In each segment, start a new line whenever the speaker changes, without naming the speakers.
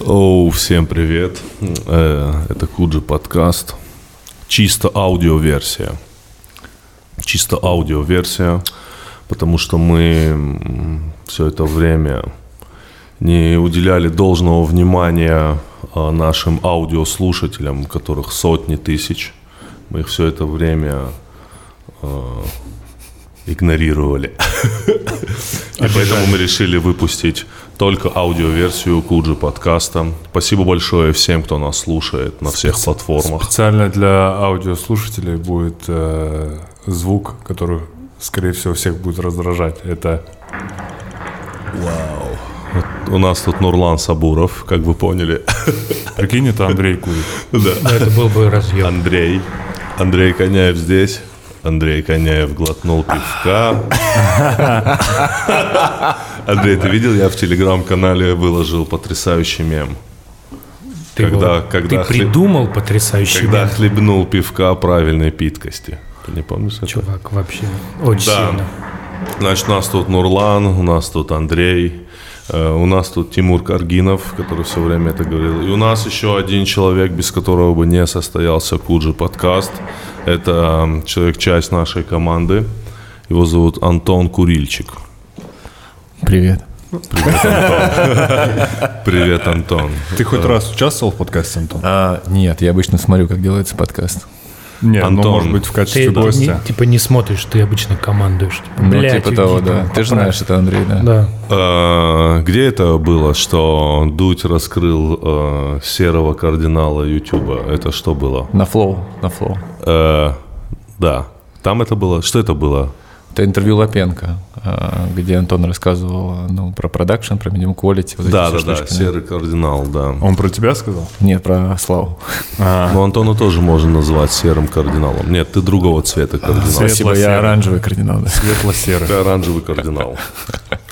Оу, всем привет. Э, Это Куджи подкаст. Чисто аудиоверсия. Чисто аудиоверсия, потому что мы все это время не уделяли должного внимания э, нашим аудиослушателям, которых сотни тысяч. Мы их все это время э, игнорировали. И поэтому мы решили выпустить только аудиоверсию Куджи подкаста. Спасибо большое всем, кто нас слушает на всех платформах.
Специально для аудиослушателей будет э, звук, который, скорее всего, всех будет раздражать. Это
У нас тут Нурлан Сабуров, как вы поняли.
прикинь, это Андрей курит.
Да.
Это был бы разъем.
Андрей. Андрей Коняев здесь. Андрей Коняев глотнул пивка. Андрей, ты видел, я в телеграм-канале выложил потрясающий мем.
А
Ты,
Когда-
его-
когда
ты
хлеб-
придумал потрясающий
Когда
мем,
хлебнул пивка правильной питкости. Ты не помнишь это?
чувак, вообще. Очень
Да.
сильно.
Значит, у нас тут Нурлан, у нас тут Андрей, э, у нас тут Тимур Каргинов, который все время это говорил. И у нас еще один человек, без которого бы не состоялся Куджи подкаст. Это м, человек, часть нашей команды. Его зовут Антон Курильчик.
Привет.
Привет, Антон.
Ты хоть
Э,
раз участвовал в подкасте, Антон?
А, нет, я обычно смотрю, как делается подкаст.
Нет,
Антон.
ну, может быть, в
Ты
качестве
не-
гостя.
типа не смотришь, ты обычно командуешь. Типа,
Ну,
«Блядь,
типа
иди
того,
там,
да. Ты же
поправь».
знаешь, это Андрей, да.
Да.
Э, Где это было, что Дудь раскрыл э, серого кардинала Ютуба? Это что было?
На флоу, на флоу.
Э, Да. Там это было? Что это было?
Это интервью Лапенко, а, где Антон рассказывал ну, про продакшн, про минимум quality. вот эти
Да,
все
да, да,
штучки,
серый кардинал, да.
Он про тебя сказал?
Нет, про Славу.
А.
Но Антона тоже можно назвать серым кардиналом. Нет, ты другого
А,
цвета кардинал.
Спасибо, Типа, я оранжевый кардинал. да.
Светло-серый.
Ты оранжевый кардинал.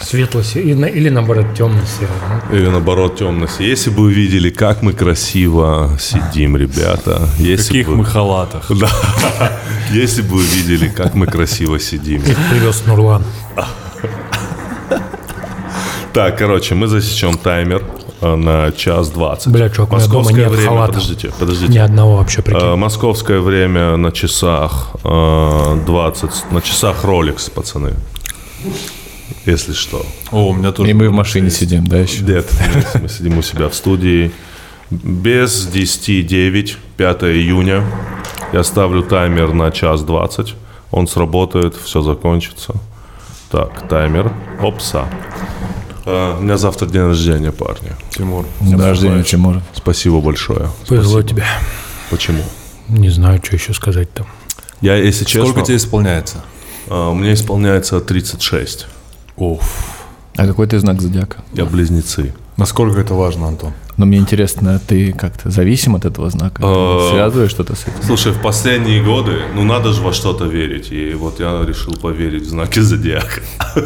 Светло или, или наоборот темно-серый. ну.
Или наоборот темно-синий. Если бы вы видели, как мы красиво сидим, ребята.
В
Если
каких
бы...
мы халатах?
Да. Если бы вы видели, как мы красиво сидим.
Их привез Нурлан.
Так, короче, мы засечем таймер э, на час двадцать.
Бля, чувак, у меня дома
Московское
нет
время.
халата.
Подождите, подождите.
Ни одного вообще,
Э,
Эм,
прикинь.
Московское время на часах э, 20, на часах Rolex, пацаны. Если что.
О, у меня
И
тоже.
мы в машине сидим, да, еще?
Дед, мы- мы сидим у себя в студии. Без 10.09, 5 июня. Я ставлю таймер на час 20. Он сработает, все закончится. Так, таймер. Опса. Э, У меня завтра день рождения, парни.
Тимур.
День рождения Тимура.
Спасибо большое.
Повезло тебе.
Почему?
Не знаю, что еще сказать там.
Я, если честно...
Сколько тебе исполняется?
А, Мне исполняется 36.
Оф.
А какой ты знак зодиака?
Я близнецы.
Насколько это важно, Антон?
Но мне интересно, ты как-то зависим от этого знака?
Э,
Ты Связываешь что-то с этим?
Слушай, в последние годы, ну надо же во что-то верить. И вот я решил поверить в знаки зодиака.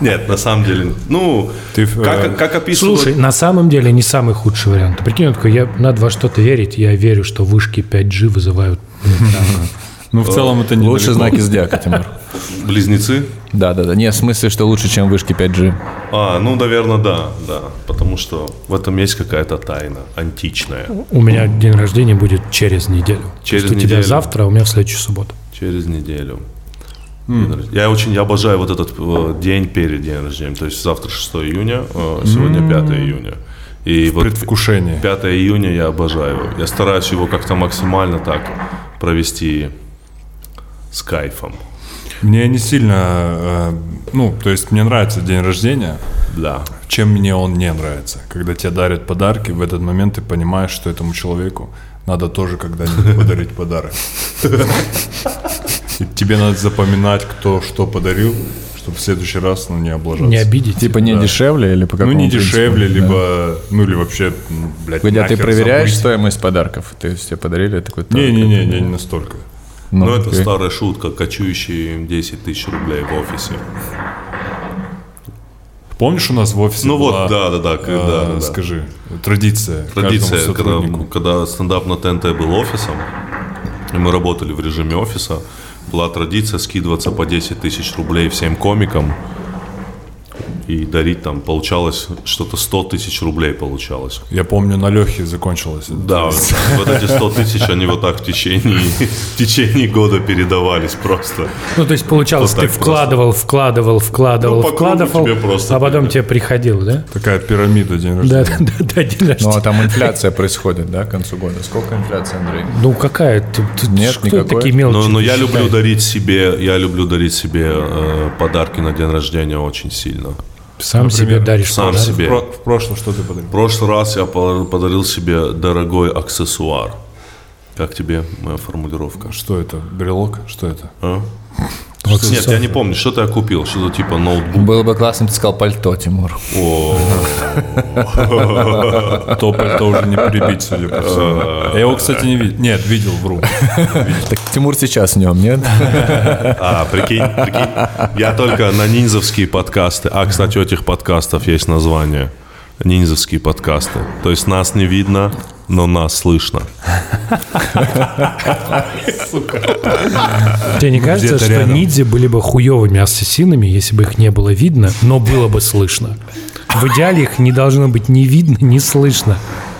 Нет, на самом деле, ну,
Ты, э,
как, как описывают-
Слушай, на самом деле не самый худший вариант. Прикинь, он такой, я, надо во что-то верить, я верю, что вышки 5G вызывают. блин, рака».
Ну, в целом это не
Лучше знаки зодиака, Тимур.
близнецы?
Да-да-да. Не, в смысле, что лучше, чем вышки 5G.
А, ну, наверное, да, да. Потому что в этом есть какая-то тайна античная.
У меня день рождения будет через неделю.
Через
То есть у тебя
неделю.
завтра, а у меня в следующую субботу.
Через неделю. День рождения. Я очень я обожаю вот этот э, день перед днем рождения. То есть завтра 6 июня, э, сегодня 5 июня. И вот
Предвкушение.
5 июня я обожаю. его. Я стараюсь его как-то максимально так провести с кайфом.
Мне не сильно, э, ну, то есть мне нравится день рождения,
Да.
чем мне он не нравится. Когда тебе дарят подарки, в этот момент ты понимаешь, что этому человеку надо тоже когда-нибудь подарить подарок. И тебе надо запоминать, кто что подарил, чтобы в следующий раз ну, не облажаться.
Не обидеть.
Типа не дешевле или по
ну,
какому
не
принципу?
дешевле,
Да.
либо, ну, или вообще, м, блядь,
Когда ты
нахер
проверяешь
забыть.
стоимость подарков, то есть тебе подарили такой... так, ну,
Не-не-не, не, ну, не настолько.
Но это
окей.
старая шутка, кочующие 10 тысяч рублей в офисе.
Помнишь, у нас в офисе
Ну
была,
вот, да, да, да, к-
э,
да, да, да.
Типа, скажи, традиция
Традиция,
каждому
когда,
сотруднику.
когда стендап на ТНТ был офисом, и мы работали в режиме офиса, была традиция скидываться по 10 тысяч рублей всем комикам и дарить там получалось что-то 100 тысяч рублей получалось.
Я помню, на Лехе закончилось.
Да, вот эти 100 тысяч, они вот так в течение, в течение года передавались просто.
Ну, то есть, получалось,
Вот
ты
так
вкладывал, вкладывал, вкладывал,
Ну, по кругу
вкладывал,
тебе просто
а потом
дали.
тебе приходило, да?
Такая пирамида день
Да,
рождения.
да, да, да, день
Ну, а
рождения.
там инфляция происходит, да, к концу года. Сколько инфляции, Андрей?
Ну, какая? Ты- ты-
Нет,
что
никакой.
такие мелочи?
Но, но я
ты
люблю
считаешь?
дарить себе, я люблю дарить себе э, подарки на день рождения очень сильно.
Сам себе даришь
сам
подарок.
себе.
В, про- в прошлом что ты подарил?
В прошлый раз я по- подарил себе дорогой аксессуар. Как тебе моя формулировка?
Что это? Брелок? Что это?
А? Нет, я не помню, что-то я купил, что-то типа ноутбук.
Было бы классно, ты сказал пальто, Тимур.
О,
То пальто А уже не прибить, судя по всему. Я его, кстати, не видел. Нет, видел, вру.
Так Тимур сейчас в нем, нет?
А, прикинь, прикинь. Я только на ниндзовские подкасты. А, кстати, у этих подкастов есть название. Ниндзовские подкасты. То есть нас не видно, но нас слышно.
Тебе не кажется,
где-то
что
рядом.
ниндзя были бы хуевыми ассасинами, если бы их не было видно, но было бы слышно? В идеале их не должно быть ни видно, ни слышно.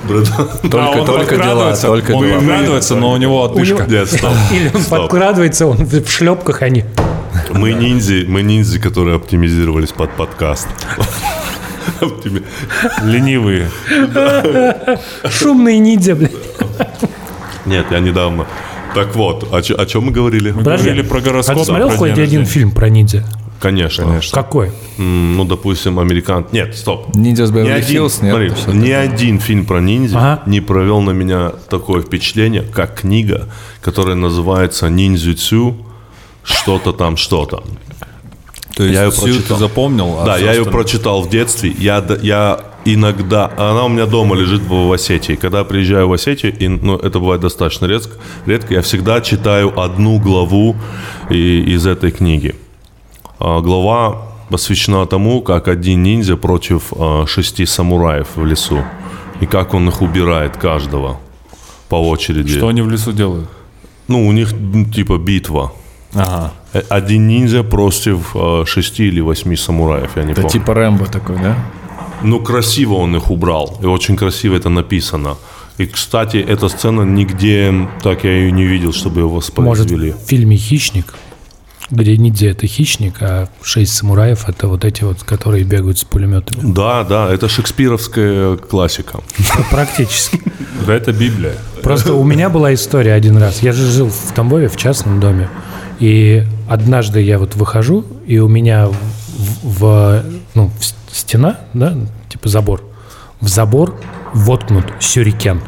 Только, только дела,
подкрадывается,
только
он
дела.
подкрадывается, но у него
У него-
отдышка.
Нет, стоп,
Или он
стоп.
подкрадывается, он в шлепках, они...
Мы ниндзя, мы ниндзя, которые оптимизировались под подкаст. Оптими-
Ленивые.
Шумные ниндзя, блядь.
Нет, я недавно. Так вот, о, чем мы говорили?
Подожди.
Говорили про
А
гороскоп.
ты смотрел
про
хоть
день
один
рождения.
фильм про ниндзя?
Конечно.
Какой?
М, Ну, допустим, американ. Нет, стоп.
Ниндзя с
Ни
Беверли
один,
Хиллз, нет?
смотри,
Что-то.
ни один фильм про ниндзя
Ага.
не провел на меня такое впечатление, как книга, которая называется «Ниндзюцю. Что-то там, что-то».
То есть
Я её
всю ты
прочитал.
запомнил, а
да,
всё
я ее
остальное-
прочитал в детстве. Я, д- я иногда... Она у меня дома лежит в в Осетии. Когда я приезжаю в Осетию, и, ну, это бывает достаточно редко, редко, я всегда читаю одну главу и- из этой книги. А, глава посвящена тому, как один ниндзя против а, шести самураев в лесу. И как он их убирает каждого по очереди.
Что они в лесу делают?
Ну, у них м, типа битва.
Ага.
Э, Один ниндзя против а, шести или восьми самураев, я не
Это
помню.
типа Рэмбо такой, да?
Ну, красиво он их убрал. И очень красиво это написано. И, кстати, эта сцена нигде, так я ее не видел, чтобы ее
Может,
воспроизвели.
в фильме «Хищник», где ниндзя — это хищник, а шесть самураев — это вот эти вот, которые бегают с пулеметами.
Да, да, это шекспировская классика.
Практически.
Да это Библия.
Просто у меня была история один раз. Я же жил в Тамбове, в частном доме. И однажды я вот выхожу, и у меня в, в- ну, в с- стена, да, типа забор, в забор воткнут сюрикен.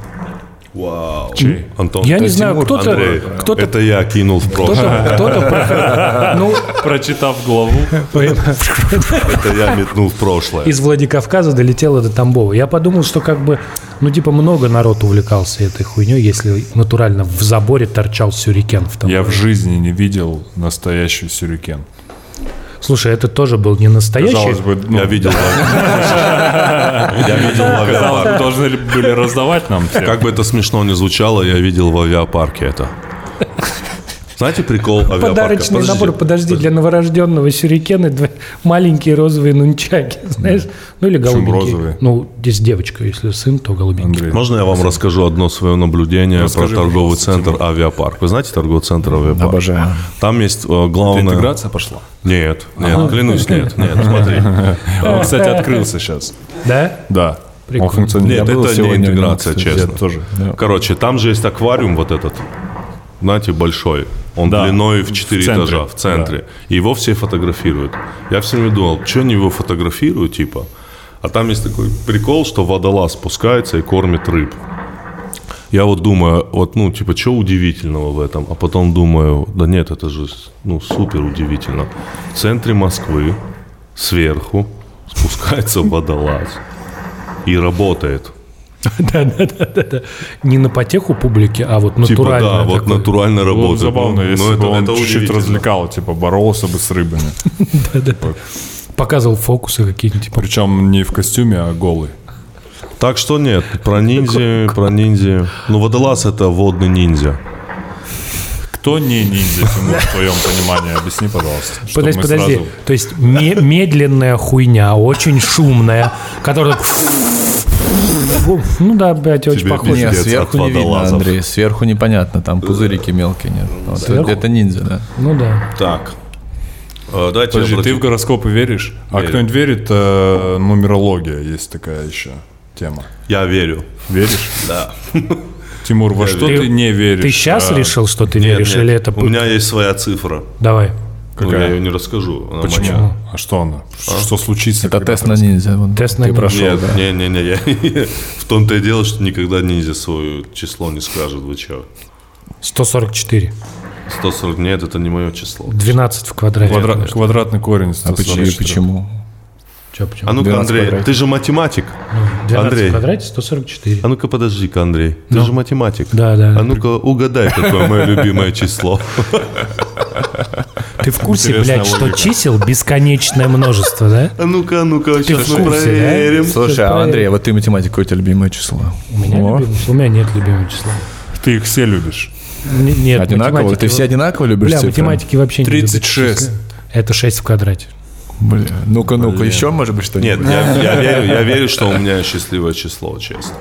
Вау. Чей? Антон.
Я не
Это
знаю,
Тимур Андрей.
кто-то... Кто-то...
Это я кинул в прошлое.
кто-то- кто-то про- ну,
Прочитав главу,
Это я метнул в прошлое.
из Владикавказа долетело до Тамбова. Я подумал, что как бы, ну, типа, много народ увлекался этой хуйней, если натурально в заборе торчал сюрикен в Тамбове.
я в жизни не видел настоящий сюрикен.
Слушай, это тоже был не настоящий.
Казалось бы, ну,
Я видел. Я видел в
казалось бы,
авиапарке.
должны ли были раздавать нам все.
Как бы это смешно ни звучало, я видел в авиапарке это. Знаете прикол авиапарка?
Подарочный
Подождите.
набор, подожди, для новорожденного сюрикены дв- маленькие розовые нунчаки, знаешь? Ну или
Почему
голубенькие.
розовые?
Ну, здесь девочка, если сын, то голубенький.
Андрей,
Можно я вам расскажу одно свое наблюдение
Расскажи,
про торговый
пожалуйста,
центр «Авиапарк»? Вы знаете торговый центр «Авиапарк»?
Обожаю.
Там есть э, главное...
интеграция пошла.
Нет, нет, клянусь, нет, нет, смотри.
Он, кстати, открылся сейчас.
Да?
Да. Он
Прикольно.
функционирует.
Нет,
был
это не
сегодня в нем,
интеграция,
кстати,
честно.
я тоже.
Короче, там же есть аквариум вот этот, знаете, большой. Он
Да.
длиной в 4
В центре.
этажа, в центре. И его все фотографируют. Я все время думал, что они его фотографируют, типа? А там есть такой прикол, что водолаз спускается и кормит рыб. Я вот думаю, вот, ну, типа, что удивительного в этом? А потом думаю, да нет, это же, ну, супер удивительно. В центре Москвы сверху спускается водолаз и работает.
Да-да-да. Не на потеху публики, а вот
Типа, да,
натурально.
вот
такое.
натурально
Было бы
работает.
забавно,
Ну,
если
ну,
бы он чуть-чуть
удивительно.
развлекал, типа боролся бы с рыбами.
Показывал фокусы какие-нибудь. Типа.
Причем не в костюме, а голый.
Так что нет, про ниндзя, про ниндзя. Ну, водолаз это водный ниндзя.
Кто не ниндзя, Тимур, в твоем понимании? Объясни, пожалуйста. чтобы
Подожди,
мы
подожди.
сразу-
То есть ме- медленная хуйня, очень шумная, которая... так Ну да, блядь, очень
Тебе
похоже.
пиздец
Нет,
от
сверху не видно,
водолазов.
Андрей. Сверху непонятно, там пузырики мелкие нет. Вот,
Сверху?
это ниндзя, да.
Ну да.
Так. Э, Давайте
Подожди, ты в
обратим-
гороскопы веришь? А
Верю.
кто-нибудь верит? э, нумерология есть такая еще тема.
Я верю.
Веришь?
Да.
Тимур, во что ты,
верю.
не веришь?
Ты сейчас
А,
решил, что ты
Нет,
веришь,
нет,
или это...
У меня есть своя цифра.
Давай.
но
Какая?
я ее не расскажу. она
Почему?
моя.
А что она? Что случится?
Это
когда
тест
ты
на ниндзя. вот
Тест
ты
на ниндзя.
прошел,
Нет,
да.
не, не, не, я в том-то и дело, что никогда ниндзя свое число не скажет, вы чё?
144.
140, нет, это не мое число.
12 в квадрате.
квадра- Квадратный корень.
А почему?
144.
почему?
Чё, почему?
А ну-ка,
12
Андрей,
квадратик.
ты же математик.
12
Андрей.
в квадрате 144.
А ну-ка, подожди-ка, Андрей, ты же математик.
Ну? Да, да.
А ну-ка, угадай, какое мое любимое число.
Ты в курсе,
Интересная
блядь, что
логика.
чисел бесконечное множество, да?
А ну-ка, а ну-ка,
Ты в
сейчас мы
курсе, да?
проверим.
Слушай, а
правильно.
Андрей, вот ты математик, какое у тебя любимое число?
У меня,
О.
любимое- у меня нет любимого числа.
Ты их все любишь.
Н- Нет,
Одинаково?
математики
Ты все
во-
одинаково любишь
Бля,
цифры?
математики вообще не любят
36.
числа. Это 6 в квадрате.
Бля, ну-ка, ну-ка, еще может быть
Нет,
что-нибудь?
я, я верю, я верю, что у меня счастливое число, честно.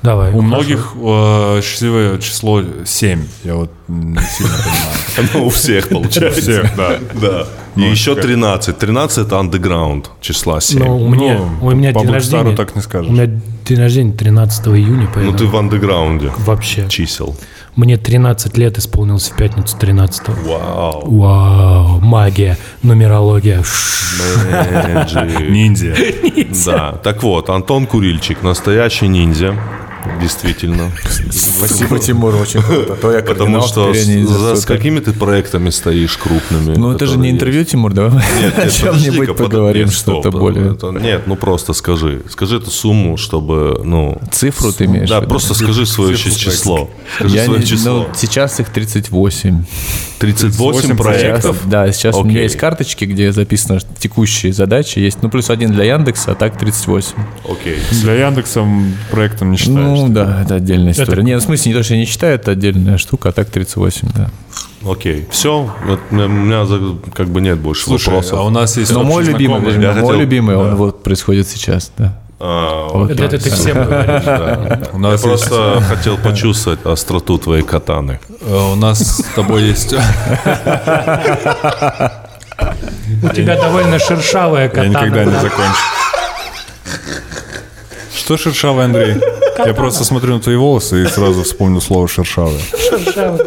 Давай.
У многих э, счастливое число 7. Я вот не сильно понимаю.
Оно у всех получается.
всех, да.
Да.
Ну,
И еще 13. 13 это андеграунд числа 7.
Ну, у меня, у меня
по
день
Блэкстару
рождения.
так не скажешь.
У меня день рождения 13 июня,
Ну
поэтому
ты в андеграунде
вообще.
чисел.
Мне 13 лет исполнилось в пятницу 13
Вау.
Вау, магия, нумерология. Ш-
Мэджи.
Ниндзя.
Да. Так вот, Антон Курильчик, настоящий ниндзя. Действительно.
Спасибо, Тимур, очень круто. А то я
Потому
кардинал,
что
теперь я
с-
ниндзя,
за с
что-то.
какими ты проектами стоишь крупными?
Ну это же
которые
не интервью, Тимур, давай о
Нет, подожди-ка,
чем-нибудь
подо-
поговорим,
нет, стоп,
что-то
да,
более.
это- Нет, ну просто скажи. Скажи эту сумму, чтобы, ну...
Цифру ты имеешь в
Да,
виду?
просто скажи свое щи- число. Скажи
Я
свое
не-
число.
ну, сейчас их 38.
38
Сейчас,
проектов.
да, сейчас у меня
Окей.
есть карточки, где записано что текущие задачи. Есть, ну, плюс один для Яндекса, а так 38.
Окей.
Для Яндекса проектом не считаешь.
ну, да, это отдельная история. Не, в смысле, не то, что я не считаю, это отдельная штука, а так 38, да.
Окей. Все. У меня за- как бы нет больше
Слушай, а у
вопросов.
нас есть
Но
общий
Ну, мой любимый,
знакомый.
даже
я
мой
хотел-
любимый, он вот происходит сейчас, да.
А,
Вот
Это,
так.
это ты всем говоришь.
да.
У нас
Я просто хотел почувствовать остроту твоей катаны.
Э, У нас с тобой есть...
У тебя довольно шершавая
Я
катана.
никогда не
да.
закончу. Что шершавый, Андрей? Я просто смотрю на твои волосы и сразу вспомню слово шершавый.
Шершавая.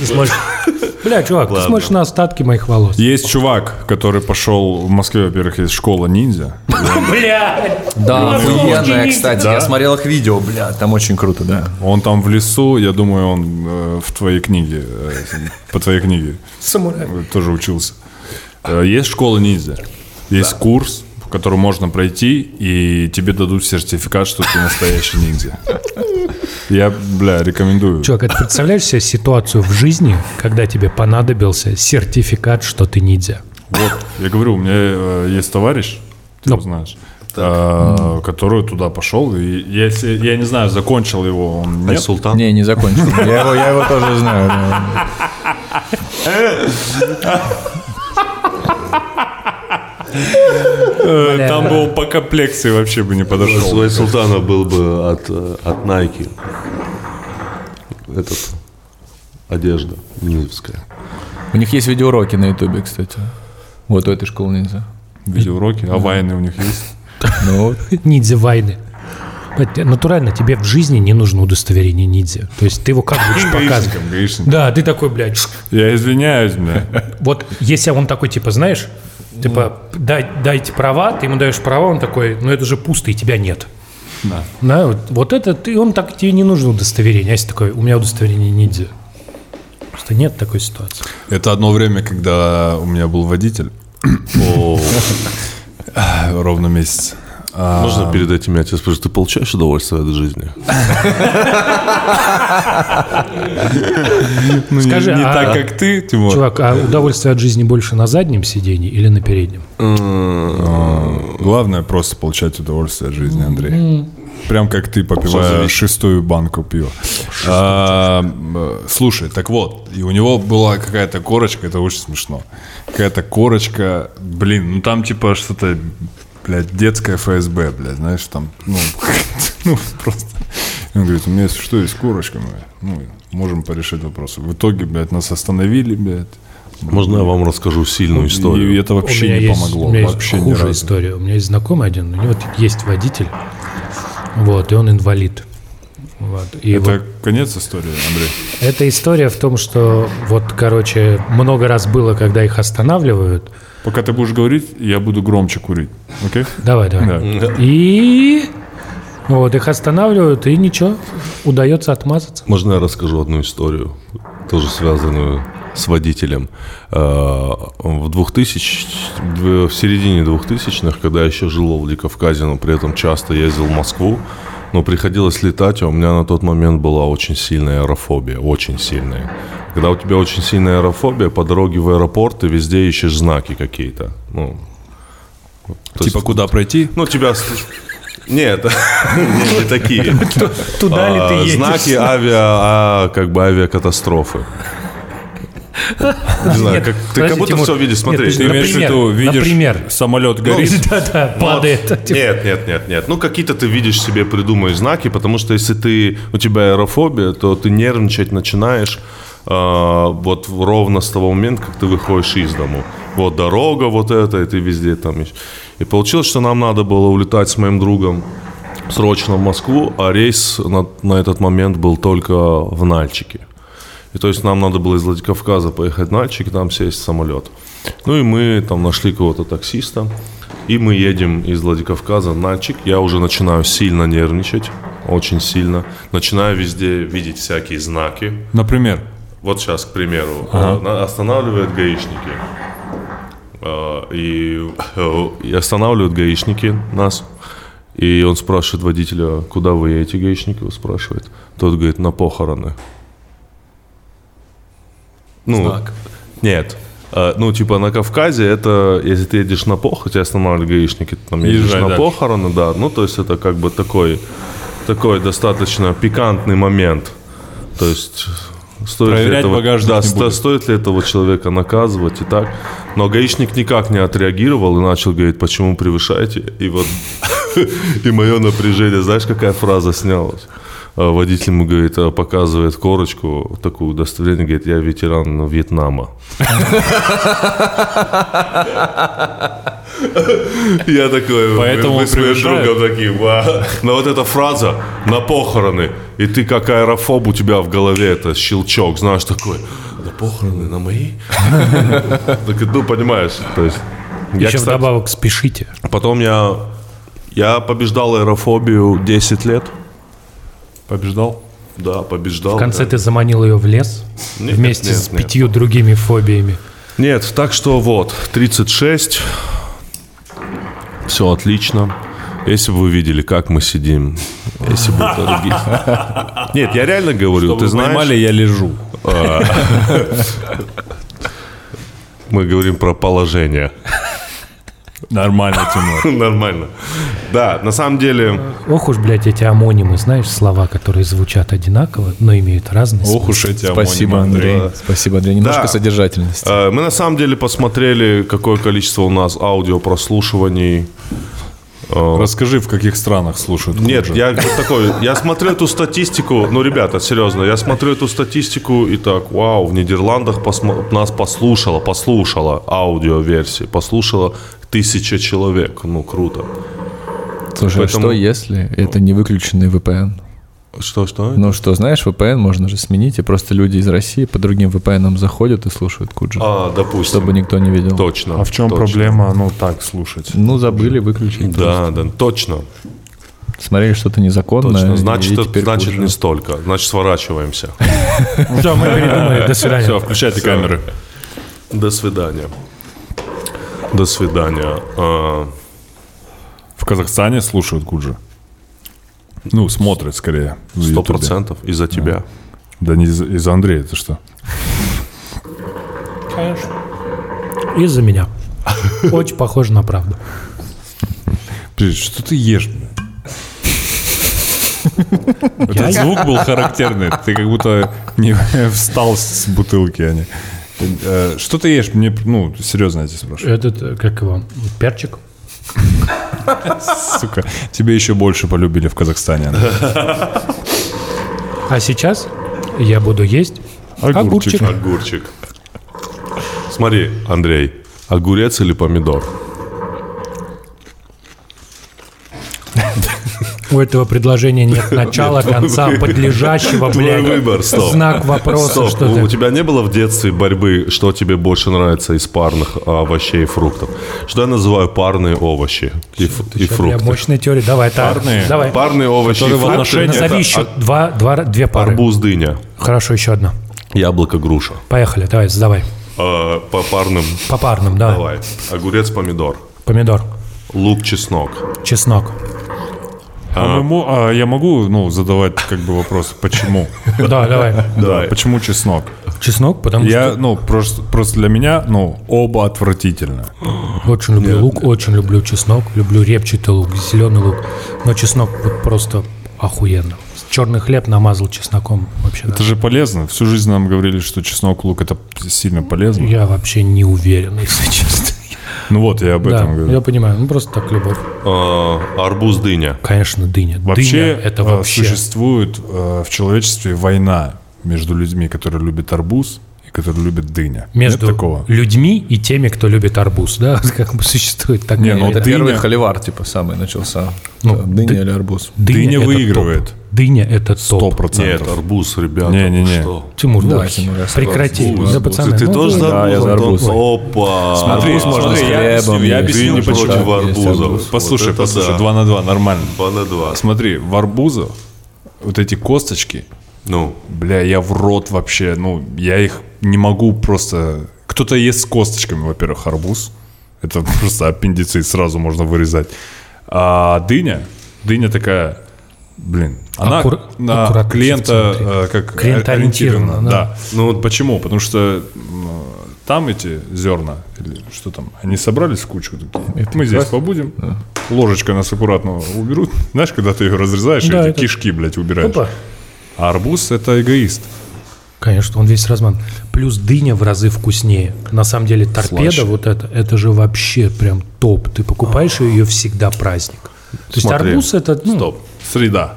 Ты смотришь- Бля, чувак, ты
Ладно.
смотришь на остатки моих волос.
Есть чувак, который пошел... В Москве, во-первых, есть школа ниндзя.
Бля!
Да, охуенная,
Удивительно.
кстати. Я смотрел их видео, бля, там очень круто, да.
Он там в лесу, я думаю, он э, в твоей книге, э, по твоей книге
Самурай.
э, тоже учился. Э, есть школа ниндзя, есть курс, который можно пройти, и тебе дадут сертификат, что ты настоящий ниндзя. Я, бля, рекомендую.
Чувак, а ты представляешь себе ситуацию в жизни, когда тебе понадобился сертификат, что ты ниндзя?
Вот, я говорю, у меня э, есть товарищ, ты
Ну.
его знаешь, э, который туда пошел, и я, если- я не знаю, закончил его он нет.
Султан.
Не, не закончил. Я его, я его тоже знаю. да.
Э, Там был по комплекции вообще бы не подошел.
Свой Султана был бы от, э, от Nike. Этот. Одежда. Низовская.
У них есть видеоуроки на Ютубе, кстати. Вот у этой школы нельзя.
Видеоуроки, а вайны у них есть.
Ну, вот.
Ниндзя войны. Блядь, Натурально, тебе в жизни не нужно удостоверение ниндзя. То есть ты его как будешь показывать?
Гаишником, гаишником.
Да, ты такой, блядь, шк.
Я извиняюсь, бля.
вот если он такой, типа, знаешь, типа, дай, дайте права, ты ему даешь права, он такой, ну это же пусто, и тебя нет.
Да.
вот, вот это ты, он так, тебе не нужно удостоверение. А если такой, у меня удостоверение ниндзя. Просто нет такой ситуации.
Это одно время, когда у меня был водитель. Э, Ровно месяц.
Можно перед этим я тебя спрошу, ты получаешь удовольствие от жизни?
Ну, не-
Скажи,
не
а-
так, как ты, Тимур.
Чувак, а удовольствие от жизни больше на заднем сидении или на переднем?
Главное просто получать удовольствие от жизни, Андрей.
Прям как ты, попивая
Созови.
шестую банку пива. А, м, слушай, так вот, и у него была какая-то корочка, это очень смешно. Какая-то корочка, блин, ну там типа что-то, блядь, детское ФСБ, блядь, знаешь, там, ну, ну, просто. И он говорит, у меня есть что, есть корочка, мы, ну, можем порешить вопросы. В итоге, блядь, нас остановили, блядь.
Можно я вам расскажу сильную Ну,
Ну,
историю?
И это
у меня
вообще не
есть,
помогло.
У меня есть
вообще ни
хуже
разу.
история. У меня есть знакомый один, у него т- есть водитель, вот, и он инвалид. Вот. И вот
Это конец истории, Андрей.
эта история в том, что вот, короче, много раз было, когда их останавливают.
Пока ты будешь говорить, я буду громче курить. Окей?
Давай, давай.
Да.
И вот их останавливают, и ничего, удается отмазаться.
Можно я расскажу одну историю, тоже связанную с водителем. Э, В 2000, в в середине 2000-х, когда я еще жил в Владикавказе, но при этом часто ездил в Москву, но приходилось летать, а у меня на тот момент была очень сильная аэрофобия, очень сильная. Когда у тебя очень сильная аэрофобия, по дороге в аэропорт ты везде ищешь знаки какие-то. Ну, то есть-
Типа, куда пройти?
ну, тебя... с- Нет, не не такие.
Туда ли ты
А,
едешь?
Знаки авиа, а, как бы авиакатастрофы. Не знаю, как, ты как
подожди,
будто
Тимур.
все видишь, смотри.
Нет, ты
Ты
Нет,
же-
имеешь в
Например,
виду, видишь,
например. Ну,
самолет горит.
Да-да, падает. типа.
нет, нет, нет, нет. Ну, какие-то ты видишь себе, придумаешь знаки, потому что если ты, у тебя аэрофобия, то ты нервничать начинаешь а, вот в- ровно с того момента, как ты выходишь из дому. Вот дорога вот эта, и ты везде там. ищ- И получилось, что нам надо было улетать с моим другом срочно в Москву, а рейс на, на этот момент был только в Нальчике. И то есть нам надо было из Владикавказа поехать в Нальчик и там сесть в самолет. Ну и мы там нашли кого-то таксиста. И мы едем из Владикавказа в Нальчик. Я уже начинаю сильно нервничать. Очень сильно. Начинаю везде видеть всякие знаки.
Например,
Вот сейчас, к примеру, э, на- останавливают гаишники. Э, И, э, и останавливают гаишники нас. И он спрашивает водителя, куда вы едете, гаишник его спрашивает. Тот говорит, на похороны. Ну, Нет. Э, Ну, типа на Кавказе это, если ты едешь на похороны, тебя останавливают гаишники, ты там едешь
Езжай
на
дальше.
похороны, да. Ну, то есть это как бы такой, такой достаточно пикантный момент. То есть стоит ли
Проверять
этого,
багажник
да,
не
сто-
будет.
стоит ли этого человека наказывать и так. Но гаишник никак не отреагировал и начал говорить, почему превышаете. И вот и мое напряжение, знаешь, какая фраза снялась? А, Водитель ему говорит, а, показывает корочку, такую удостоверение, говорит, я ветеран Вьетнама. Я такой,
Поэтому
мы
он
с моим
превышает.
другом такие, «Ва». Но вот эта фраза на похороны, и ты как аэрофоб у тебя в голове, это щелчок, знаешь, такой, на похороны, на мои? Так, ну, понимаешь, то есть... я,
Еще
кстати,
вдобавок спешите.
Потом я, я побеждал аэрофобию 10 лет.
побеждал.
Да, побеждал.
В конце
да.
ты заманил ее в лес
Нет,
вместе
нет,
с
нет.
пятью другими фобиями.
Нет, так что вот, 36. Все отлично. Если бы вы видели, как мы сидим. Если бы, дорогие. Нет, я реально говорю, ты
Вы
знаешь,
поймали, я лежу.
мы говорим про положение.
Нормально, Тимур.
Нормально. Да, на самом деле...
Ох уж, блядь, эти амонимы, знаешь, слова, которые звучат одинаково, но имеют разные смысл.
Ох уж эти
Спасибо,
амонимы,
Андрей. Спасибо, Андрей. Немножко
Да.
содержательности.
Э, Мы на самом деле посмотрели, какое количество у нас аудиопрослушиваний.
Расскажи, в каких странах слушают
Нет,
Куджи.
я вот такой, я смотрю эту статистику, ну, ребята, серьезно, я смотрю эту статистику и так, вау, в Нидерландах посмо- нас послушало, послушало аудиоверсии, послушало тысяча человек, ну, круто.
Слушай, а
поэтому-
что если это не выключенный VPN?
Что, что?
Ну что, знаешь, VPN можно же сменить, и просто люди из России по другим VPN заходят и слушают Куджи,
А, допустим,
чтобы никто не видел.
точно.
А в чем
точно.
проблема, ну, так слушать?
Ну, забыли выключить.
Да, да, точно,
Смотрели что-то незаконное.
точно.
Ну, и
Значит, это-
теперь
значит
Куджи.
не столько, значит сворачиваемся.
Все, мы передумали, до свидания.
Все, включайте камеры.
До свидания. До свидания. А,
В Казахстане слушают Куджи. Ну, смотрят скорее. в
Сто
Ютубе.
процентов из-за тебя.
Да не из- из-за Андрея, это что?
Конечно. Из-за меня. Очень похоже на правду.
Блин, что ты ешь, блин? Этот звук был характерный. Ты как будто не встал с бутылки, а не- Э, Что ты ешь? Мне, ну, серьезно, я тебя спрашиваю.
Этот, э, как его, перчик?
Сука, тебе еще больше полюбили в Казахстане.
А сейчас я буду есть огурчик.
Огурчик. Смотри, Андрей, огурец или помидор?
У этого предложения нет начала, конца, подлежащего,
ну, Твой
блядь.
выбор, стоп.
Знак вопроса,
Стоп,
что
у
ты...
тебя не было в детстве борьбы, что тебе больше нравится из парных а, овощей и фруктов? Что я называю парные овощи и, ф- и
Сейчас, бля,
фрукты?
мощная теория. Давай, так,
Парные.
давай.
Парные овощи и
Которые в
фрукты
отношениях
это
Назови еще
а-
два, два, две пары.
арбуз, дыня,
Хорошо, еще одна.
яблоко, груша.
Поехали, давай, сдавай.
Э, по парным
По парным, да.
давай. Огурец, помидор,
Помидор,
лук, чеснок.
чеснок.
А мы мо- а я могу, ну, задавать как бы вопрос, почему?
Да, давай.
Да.
Почему чеснок?
Чеснок, потому
Я, ну, просто, просто для меня, ну, оба отвратительно.
что очень люблю лук, очень люблю чеснок, люблю репчатый лук, зеленый лук. Но чеснок вот просто охуенно. Черный хлеб намазал чесноком вообще. да.
Это же полезно. Всю жизнь нам говорили, что чеснок, лук, это сильно полезно.
Я вообще не уверен, если честно.
Ну вот, я об этом
Да,
говорю.
я понимаю, ну просто так любовь.
Э, арбуз, дыня.
Конечно, дыня.
Вообще,
дыня это
э,
вообще.
существует э, в человечестве война между людьми, которые любят арбуз и которые любят дыня.
Между
Нет такого.
людьми и теми, кто любит арбуз, да, как бы существует такая.
Не, ну,
война.
Это
Дыня.
первый холивар, типа, самый начался.
Ну,
Там Дыня
ды-
или арбуз.
Дыня
это
выигрывает.
топ. Дыня это
Сто
топ.
Нет,
процентов.
арбуз, ребята.
Не-не-не.
вы что?
Тимур,
Да,
давай,
Тимур, я согласен.
прекрати.
Арбуз.
Да, пацаны,
ты, ты
ну,
тоже
да.
за
я
арбуз,
за
Антон?
арбуз.
Опа.
Смотри,
Арбуз
смотри,
с
я
хлебом,
объясню, я
и
объясню,
Ты не
с
почему.
против
почему. Есть
арбузов.
арбуз.
Вот
Послушай,
это
послушай,
да.
два на два, нормально.
Два на два.
Смотри, в арбузу вот эти косточки,
Ну,
бля, я в рот вообще, ну, я их не могу просто... Кто-то ест с косточками, во-первых, арбуз. Это просто аппендицит, сразу можно вырезать. А дыня, дыня такая, блин, она
Аккура-
на
аккуратно
клиента
всё
э, как
Клиентоориентирована,
ориентирована,
да.
да. Ну вот почему? Потому что м, там эти зерна, или что там, они собрались в кучку такие. Мы здесь побудем, ложечка нас аккуратно уберут. Знаешь, когда ты ее разрезаешь, и
Да,
эти
это-
кишки, блядь, убираешь.
Опа.
А арбуз это эгоист.
Конечно, он весь разман. Плюс дыня в разы вкуснее. На самом деле торпеда вот это, это же вообще прям топ. Ты покупаешь ее всегда праздник. То есть
А. Смотри.
арбуз это ну,
стоп.
Среда.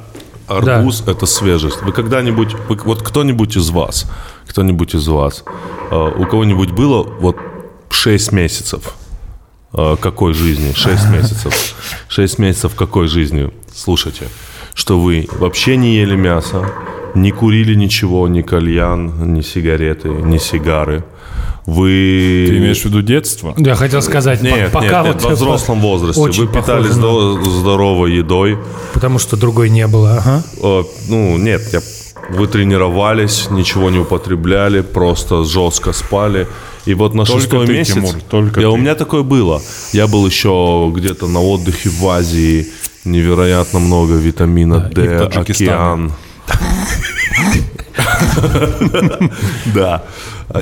Арбуз это свежесть. Вы когда-нибудь, вы- вот кто-нибудь из вас, кто-нибудь из вас, э, у кого-нибудь было вот 6 месяцев э, какой жизни? 6 месяцев. 6 месяцев какой жизни? Слушайте, что вы вообще не ели мясо, не курили ничего, ни кальян, ни сигареты, ни сигары. Вы...
Ты имеешь в виду детство?
Я хотел сказать,
Нет,
по- пока
нет, нет,
вот
во взрослом возрасте. Вы
очень
питались
похоже на-
здо- здоровой едой.
потому что другой не было. Ага.
Э, ну, нет, я... вы тренировались, ничего не употребляли, просто жестко спали. И вот на шестой
ты,
месяц...
Тимур, только
я, У
ты.
меня такое было. Я был еще где-то на отдыхе в Азии. Невероятно много витамина
и в
D,
Таджикистане.
океан. Да.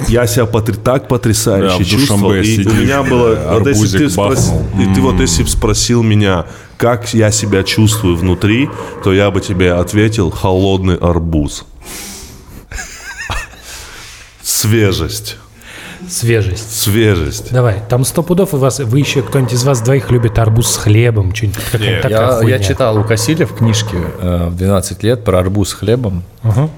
Я себя потр- так
Да, в
потрясающе чувствовал.
Душанбе
И у
сидишь,
меня было...
да,
Вот если ты
э, арбузик
спрос-
бахнул.
и ты вот если бы спросил меня, как я себя чувствую внутри, то я бы тебе ответил холодный арбуз. Свежесть.
Свежесть.
Свежесть.
Давай, там сто пудов у вас, вы еще кто-нибудь из вас двоих любит арбуз с хлебом, что-нибудь какая-нибудь такая
Я,
хуйня.
я читал у Касиля в книжке э, в 12 лет про арбуз с хлебом.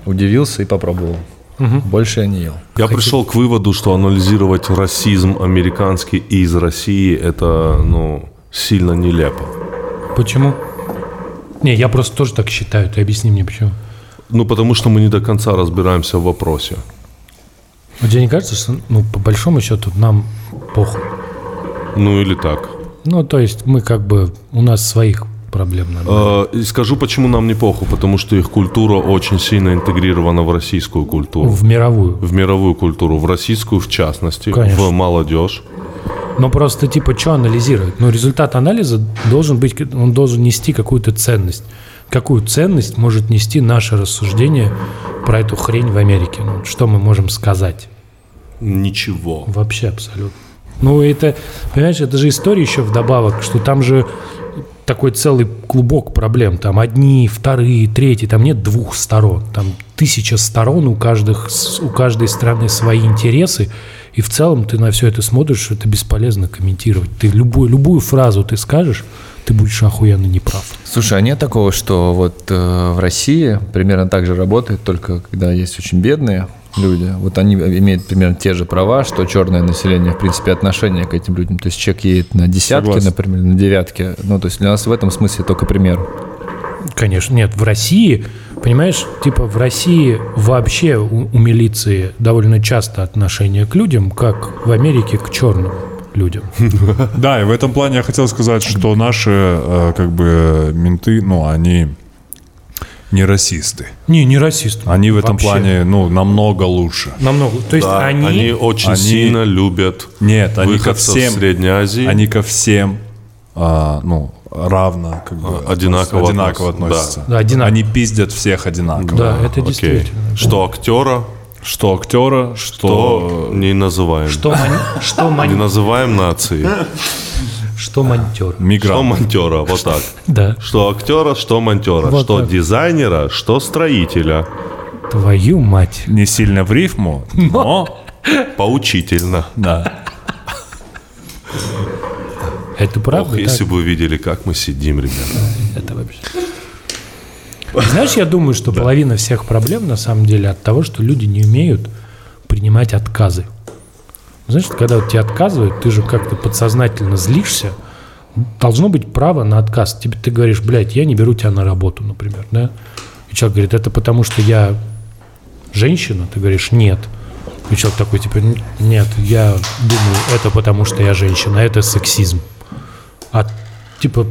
Удивился и попробовал. Больше я не ел.
Я пришел к выводу, что анализировать расизм американский из России это, ну, сильно нелепо.
Почему? Не, я просто тоже так считаю, ты объясни мне почему.
Ну, потому что мы не до конца разбираемся в вопросе.
Вот тебе не кажется, что, ну, по большому счету, нам похуй.
Ну или так.
Ну, то есть мы как бы, у нас своих проблем надо.
Э, И скажу, почему нам не похуй, потому что их культура очень сильно интегрирована в российскую культуру.
ну, В мировую.
В мировую культуру, в российскую в частности,
Конечно.
в молодежь.
Но просто типа, что анализировать? Ну, результат анализа должен быть, он должен нести какую-то ценность. Какую ценность может нести наше рассуждение про эту хрень в Америке? Ну, что мы можем сказать?
Ничего.
Вообще абсолютно. Ну, это, понимаешь, это же история еще вдобавок, что там же такой целый клубок проблем. Там одни, вторые, третьи, там нет двух сторон. Там тысяча сторон, у, каждых, с- у каждой страны свои интересы. И в целом ты на все это смотришь, это бесполезно комментировать. Ты любую, любую фразу ты скажешь, ты будешь охуенно неправ.
Слушай, а нет такого, что вот э, в России примерно так же работает, только когда есть очень бедные люди, вот они имеют примерно те же права, что черное население, в принципе, отношение к этим людям. То есть человек едет на десятки,
Согласен.
например, на девятки. Ну, то есть для нас в этом смысле только пример.
Конечно, нет, в России, понимаешь, типа в России вообще у, у милиции довольно часто отношение к людям, как в Америке к черным людям.
Хм.
Да, и в этом плане я хотел сказать, что наши, э, как бы, менты, ну, они не расисты.
Не, не расист.
Они в этом
Вообще.
плане, ну, намного лучше.
Намного. То есть
Да,
они...
очень
они-
сильно любят
Нет, они ко
выходцев из
всем,
Средней Азии.
они ко всем, а, ну, равно, как бы,
А, одинаково
одинаково
относятся.
относятся.
Да, одинаково.
Они пиздят всех одинаково.
Да, это
Окей.
действительно.
Что актера,
Что актера,
то
что,
не называем.
Что, мон-
Не
что, мон-
называем нации.
что монтер.
Что
мигрант.
монтера, вот так.
Да.
Что актера, что монтера.
Вот
что
так.
дизайнера, что строителя.
Твою мать.
Не сильно в рифму, но...
Поучительно.
Да.
Это правда?
Ох,
так?
если бы вы видели, как мы сидим, ребята.
Это вообще. Знаешь, я думаю, что половина всех проблем на самом деле от того, что люди не умеют принимать отказы. Знаешь, когда вот тебе отказывают, ты же как-то подсознательно злишься. Должно быть право на отказ. Тебе ты говоришь, блядь, я не беру тебя на работу, например, да? И человек говорит, это потому что я женщина? Ты говоришь, нет. И человек такой, типа, «Н- нет, я думаю, это потому что я женщина, это сексизм. А типа,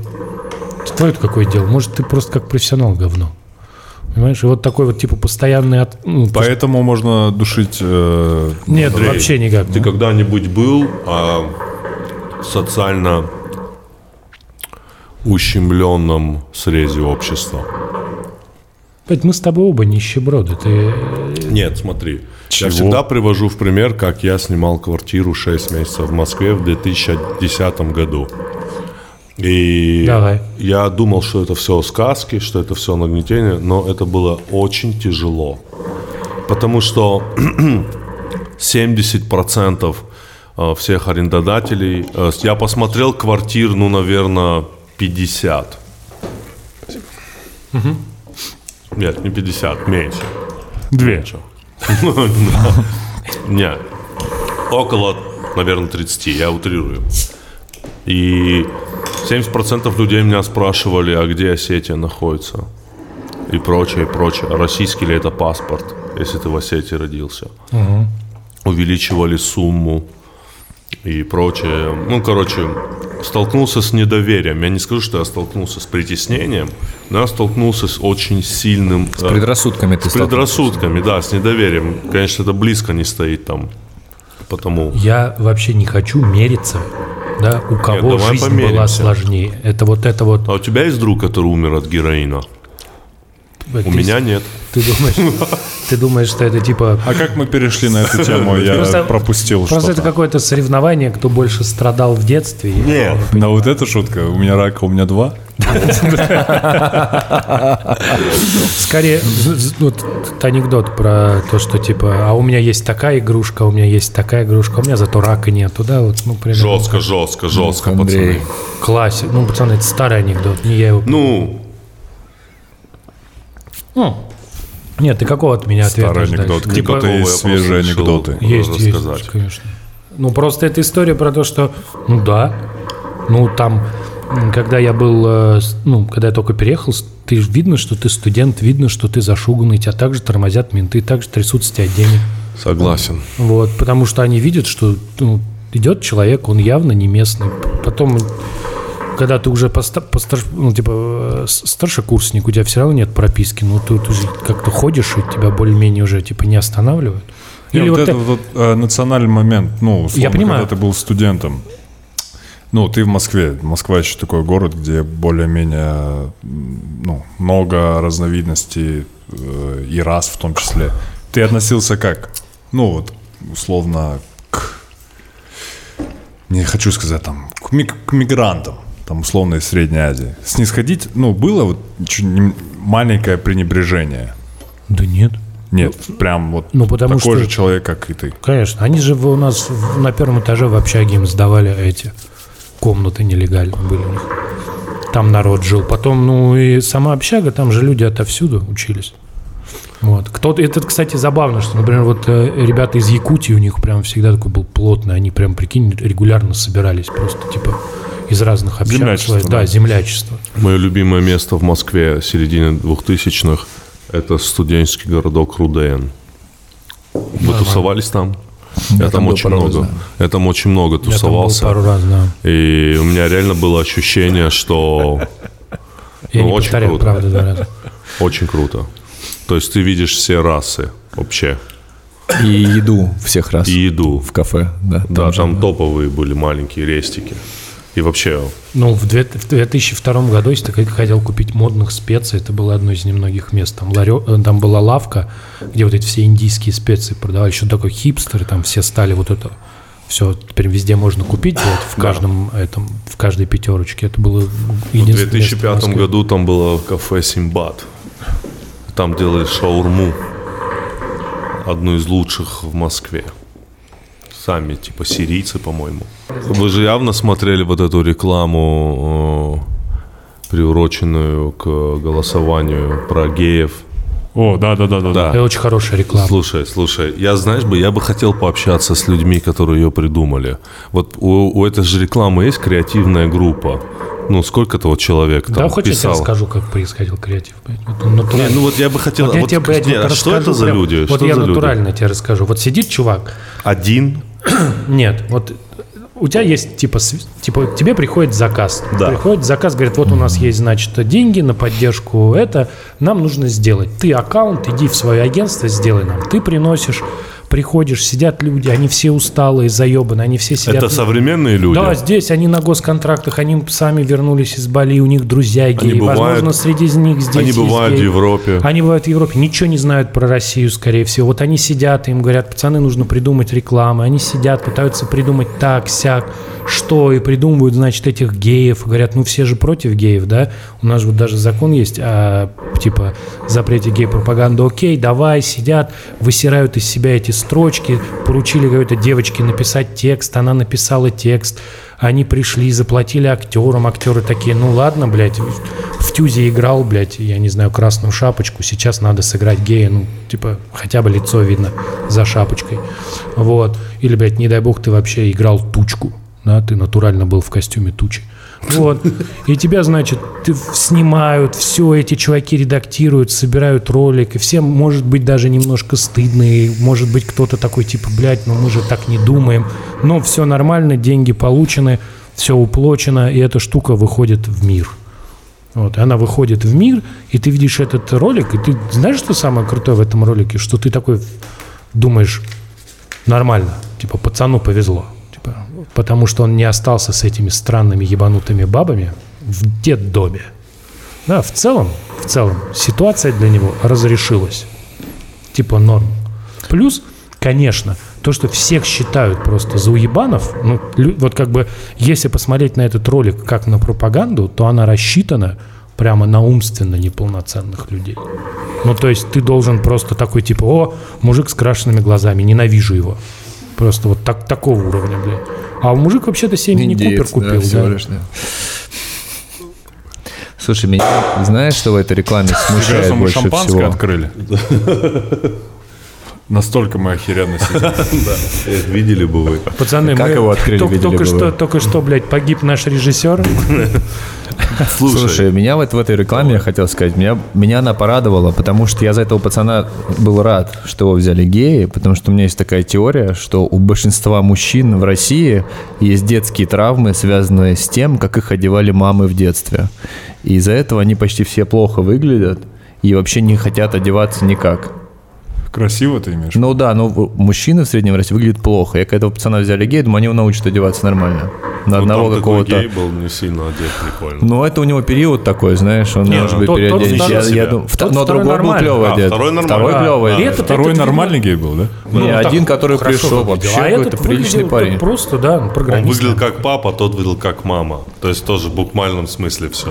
твое какое дело? Может, ты просто как профессионал говно. Понимаешь? И вот такой вот, типа, постоянный... От... ну, то есть-
Поэтому можно душить... э,
Нет,
Андрей,
вообще никак. ну.
Ты когда-нибудь был а, в социально ущемленном срезе общества?
Блядь, мы с тобой оба нищеброды. Ты... э,
Нет, смотри.
Чего?
Я всегда привожу в пример, как я снимал квартиру 6 месяцев в Москве в 2010 году. И
Давай.
я думал, что это все сказки, что это все нагнетение, но это было очень тяжело. Потому что 70% э, всех арендодателей... э, с- Я посмотрел квартир, ну, наверное, 50. Нет, не 50, меньше.
Две.
Не, около, наверное, 30, я утрирую. И 70% людей меня спрашивали, а где Осетия находится? И прочее, и прочее. А Российский ли это паспорт, если ты в Осетии родился? Увеличивали сумму и прочее. Ну, короче, столкнулся с недоверием. Я не скажу, что я столкнулся с притеснением, но я столкнулся с очень сильным... э, С
Предрассудками ты
с предрассудками, да, с недоверием. Конечно, это близко не стоит там. Потому
Я вообще не хочу мериться, да, у кого
давай
жизнь была
померимся.
сложнее. Это вот это вот...
А у тебя есть друг, который умер от героина?
Блядь,
У
ты-
меня нет.
Ты думаешь, ты думаешь, что это типа...
А как мы перешли на эту тему?
Просто-
Я пропустил
Просто это
что-то.
какое-то соревнование, кто больше страдал в детстве. Я-
На вот эта шутка. У меня рак, у меня два.
Скорее, з- з- вот т- анекдот про то, что типа, а у меня есть такая игрушка, у меня есть такая игрушка, у меня зато рака нету, да, вот, ну, примерно.
Жестко, жестко, жестко,
Андрей.
пацаны.
Классе. Ну, пацаны, это старый анекдот, не я его...
Ну,
Нет, ты какого от меня ответа
Старый
ждаешь?
анекдот.
Типа-
Какой-то
Какого я
есть свежие
просто решил.
анекдоты.
Есть,
можно
есть,
сказать.
конечно. Ну, просто эта история про то, что, ну да, ну там, м, когда я был, э, с- ну, когда я только переехал, с- ты ж видно, что ты студент, видно, что ты зашуганный, тебя также тормозят менты, также трясут с тебя денег.
согласен.
Вот, потому что они видят, что ну, идет человек, он явно не местный. Потом, когда ты уже поста- постар- ну, типа, э, с- старшекурсник, у тебя все равно нет прописки, но ты, ты же как-то ходишь, и тебя более-менее уже типа не останавливают.
Не,
Или
вот
вот
это
э-
вот, э, национальный момент, ну, условно,
Я понимаю.
когда ты был студентом, ну, ты в Москве, Москва еще такой город, где более-менее, м, ну, много разновидностей э, и рас в том числе. Ты относился как? Ну, вот, условно, к, не хочу сказать там, к, ми- к мигрантам, там, условно, из Средней Азии. Снисходить, ну, было вот чуть не- маленькое пренебрежение.
Да нет.
Нет, прям вот
ну, потому
такой
что-
же человек, как и ты.
Конечно. Они же в- у нас в- на первом этаже в общаге им сдавали эти комнаты нелегально были у них. Там народ жил. Потом, ну и сама общага, там же люди отовсюду учились. Вот. Кто-то, это, кстати, забавно, что, например, вот э, ребята из Якутии, у них прям всегда такой был плотный, они прям, прикинь, регулярно собирались просто, типа, из разных общаг.
Землячество,
своих. Да, землячество.
Мое любимое место в Москве середины 2000-х – это студенческий городок Руден. Вы тусовались там? Я
там
там
был
очень
пару раз,
много. Я там очень много
Я там был
тусовался.
пару раз, да.
И у меня реально было ощущение, что
Я
Ну,
не
очень
повторяю,
круто.
правда, два раза.
очень круто. То есть ты видишь все расы вообще.
И еду всех раз
И еду.
в кафе, да.
да, там топовые были маленькие рестики. И вообще,
Ну, в две- в 2002 году, если ты как- хотел купить модных специй, это было одно из немногих мест. Там, ларё- э, там была лавка, где вот эти все индийские специи продавали. Еще такой хипстер, и там все стали вот это все теперь везде можно купить вот, в каждом этом в каждой пятерочке это было
в
единственное
2005 году там было кафе Симбад. Там делали шаурму. Одну из лучших в Москве. Сами, типа, сирийцы, по-моему. Вы же явно смотрели вот эту рекламу, э, приуроченную к голосованию про геев.
О, да, да, да, да. да.
это очень хорошая реклама
Слушай, слушай, я, знаешь бы, я бы хотел пообщаться с людьми, которые ее придумали. Вот у, у этой же рекламы есть креативная группа. Ну, сколько-то вот человек там
да хоть я тебе
писало?
расскажу как происходил креатив блядь. Вот он
Не,
натурально.
ну вот я бы хотел...
Вот я
вот
тебе, блядь,
не,
вот
а что это
расскажу
за
прям-
люди?
Вот
что
я
за люди?
натурально тебе расскажу. Вот сидит чувак,
Один?
Нет, вот у тебя есть типа, св- типа тебе приходит заказ.
Да.
Приходит заказ, говорит, вот у нас есть, значит, деньги на поддержку это, нам нужно сделать. Ты аккаунт, иди в свое агентство, сделай нам. Ты приносишь, приходишь, сидят люди, они все усталые, заебаны, они все сидят.
Это современные люди?
Да, здесь они на госконтрактах, они сами вернулись из Бали, у них друзья геи.
бывают-
Возможно, среди них здесь
Они
есть
бывают в
геи.
Европе.
Они бывают в Европе, ничего не знают про Россию, скорее всего. Вот они сидят, им говорят, пацаны, нужно придумать рекламы. Они сидят, пытаются придумать так, сяк, что, и придумывают, значит, этих геев. Говорят, ну все же против геев, да? У нас же вот даже закон есть, а, типа, запрете гей-пропаганды, окей, давай, сидят, высирают из себя эти строчки, поручили какой-то девочке написать текст, она написала текст, они пришли, заплатили актерам, актеры такие, ну ладно, блядь, в Тюзе играл, блядь, я не знаю, красную шапочку, сейчас надо сыграть гея, ну, типа, хотя бы лицо видно за шапочкой, вот. Или, блядь, не дай бог, ты вообще играл тучку, да, ты натурально был в костюме тучи. Вот. И тебя, значит, ты в- снимают, все, эти чуваки редактируют, собирают ролик, и всем может быть даже немножко стыдно, и может быть кто-то такой, типа, блядь, ну мы же так не думаем. Но все нормально, деньги получены, все уплочено, и эта штука выходит в мир. Вот, и она выходит в мир, и ты видишь этот ролик, и ты знаешь, что самое крутое в этом ролике, что ты такой думаешь, нормально, типа пацану повезло, типа, потому что он не остался с этими странными ебанутыми бабами в детдоме. Да, в целом, в целом ситуация для него разрешилась, типа норм. Плюс, конечно, то, что всех считают просто за уебанов, ну, лю- вот как бы, если посмотреть на этот ролик как на пропаганду, то она рассчитана прямо на умственно неполноценных людей. Ну, то есть ты должен просто такой, типа, о, мужик с крашенными глазами, ненавижу его. Просто вот так, такого уровня, блядь. А мужик вообще-то себе не Купер
Индеец, да,
купил.
всего
да.
лишь, да. Слушай, меня знаешь, что в этой рекламе смущает
Кажется, мы
больше
шампанское
всего?
открыли. Настолько мы охеренно сидим.
Эх, видели бы вы.
Пацаны,
Как
мы
его открыли,
только,
видели
только
бы вы?
что, только что, блядь, погиб наш режиссер.
Слушай,
Слушай, меня вот в этой рекламе, я хотел сказать, меня, меня она порадовала, потому что я за этого пацана был рад, что его взяли геи, потому что у меня есть такая теория, что у большинства мужчин в России есть детские травмы, связанные с тем, как их одевали мамы в детстве. И из-за этого они почти все плохо выглядят и вообще не хотят одеваться никак.
Красиво ты имеешь?
Ну да, но в- мужчины в среднем России выглядят плохо. Я когда этого пацана взяли гея, думаю, они его научат одеваться нормально. На
Ну,
одного
там
какого-то...
такой гей был не сильно одет, прикольно.
Ну, это у него период такой, знаешь, он может быть
тот- тот
периодически.
второй
Я- я
себя.
думаю, вта-
Тот
но
второй
другой был
нормальный.
клево
А,
одет.
второй нормальный.
Второй
Да.
клево
И
одет.
этот-
Второй
этот
нормальный гей был, да?
Не,
Ну, так
один, который
хорошо
пришел,
выглядел.
вообще
а
какой-то
этот выглядел
приличный
так
парень.
Просто, да, ну,
Он
программист.
выглядел как папа, а тот выглядел как мама. То есть тоже в буквальном смысле все.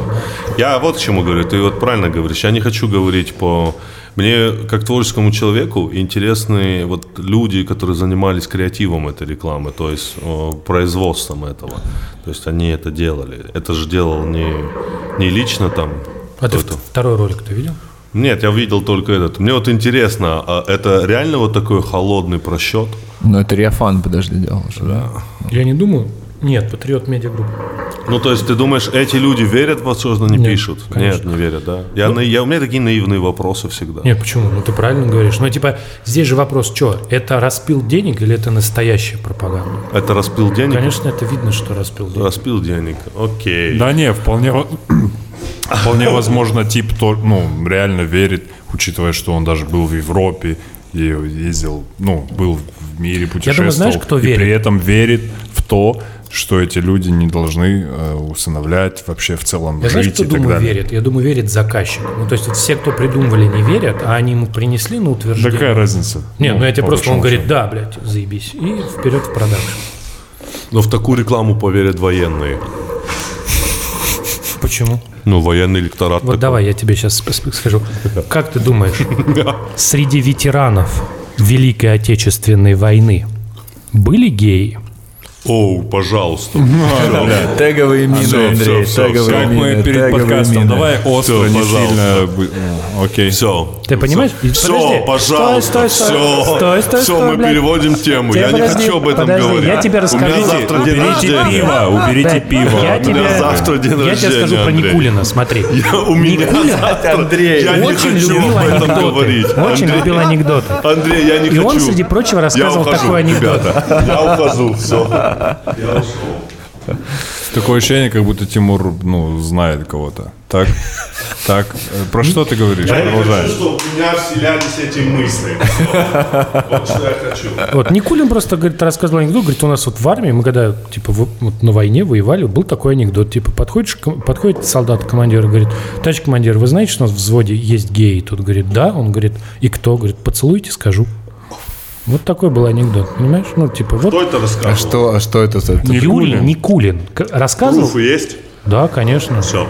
Я вот к чему говорю, ты вот правильно говоришь. Я не хочу говорить по... Мне, как творческому человеку, интересны вот люди, которые занимались креативом этой рекламы, то есть э, производством этого. То есть они это делали. Это же делал не, не лично там
А ты
кто-то.
в- второй ролик-то видел?
Нет, я видел только этот. Мне вот интересно, а это реально вот такой холодный просчет?
Но Ну, это Риафан, подожди, делал уже, да?
Я не думаю. Нет, Патриот Медиагрупп.
Ну, то есть ты думаешь, эти люди верят во все, что они
Нет,
пишут?
конечно. Ну.
Нет, не верят, да? Я, на- я, у меня такие наивные вопросы всегда.
Нет, почему? Ну ты правильно говоришь. Ну типа здесь же вопрос, что? Это распил денег или это настоящая пропаганда?
Это распил
Ну,
денег?
Конечно, это видно, что распил денег.
Распил денег, окей.
Да не, вполне, во- вполне возможно, тип то, ну, реально верит, учитывая, что он даже был в Европе и ездил, ну, был в мире, путешествовал.
знаешь, кто
и
верит?
при этом верит в то, что эти люди не должны э, усыновлять вообще в целом
Я
жить
знаешь, что
и так
думаю,
далее.
верит? Я думаю, верит заказчик. Ну, то есть вот все, кто придумывали, не верят, а они ему принесли на утверждение.
Какая разница?
Не, ну, я тебе
по
просто, он
большому
говорит,
счету.
да, блядь, заебись. И вперед в продакшн.
Но в такую рекламу поверят военные.
Почему?
Ну, военный электорат
Вот
такой.
давай я тебе сейчас скажу. Как ты думаешь, среди ветеранов Великой Отечественной войны были геи?
Оу, пожалуйста.
Теговые
всё,
мины,
всё,
Андрей,
всё,
теговые
всё.
Как
мины,
мы перед
теговые
подкастом,
мины.
давай остро, не
пожалуйста.
сильно... бы- ну, Окей.
Все.
Ты понимаешь? И подожди.
Все, пожалуйста.
Стой, стой, стой.
Все.
Стой, стой,
Все,
стой,
мы
блядь.
переводим тему.
Тебе
Я не
подожди,
хочу об этом
подожди,
говорить.
я тебе
У меня
расскажу.
завтра день
Уберите
рождения.
пиво, уберите
Да,
пиво.
Я
У меня
тебе,
завтра день
я тебе
рождения,
скажу про
Андрей.
Никулина, смотри.
У меня
Никуля
завтра.
Андрей.
Я не
очень
хочу
любил
об этом
анекдоты.
говорить.
Очень
Андрей,
любил анекдоты.
Андрей, я не
И
хочу.
он, среди прочего, рассказывал
ухожу,
такой анекдот.
ребята. Я ухожу, все.
Такое ощущение, как будто Тимур, ну, знает кого-то. Так, так, э, про что ты говоришь? Продолжай.
чтобы в меня вселялись эти мысли. Вот что я хочу.
Вот Никулин просто говорит, рассказывал анекдот, говорит, у нас вот в армии, мы когда типа вы- вот на войне воевали, был такой анекдот, типа подходишь, к- подходит солдат к командиру, говорит, товарищ командир, вы знаете, что у нас в взводе есть геи? Тут говорит, да, он говорит, и кто? Говорит, поцелуйте, скажу. Вот такой был анекдот, понимаешь? Ну типа
Кто
вот
это
А
рассказывал?
что, а что это? за-
Юрий Никулин к- рассказывал.
Пруфы есть?
Да, конечно.
Все.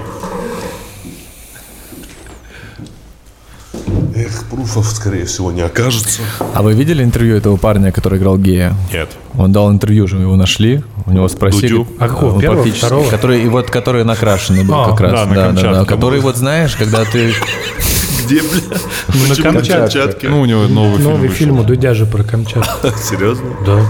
Эх, пруфов, скорее всего, не окажется.
А вы видели интервью этого парня, который играл гея?
Нет.
Он дал интервью же, его нашли, у него спросили. э,
Дудю?
А какого,
Он
первого,
практически-
второго?
Который, и вот, который накрашенный был
А,
как раз.
да, на Камчатке
Который, вот знаешь, когда ты...
Где, бля?
типа
Почему Ну, на
Камчатке.
Камчатке?
Ну, у него новый,
Новый
фильм.
фильм у Дудя же про Камчатку.
Серьезно?
Да.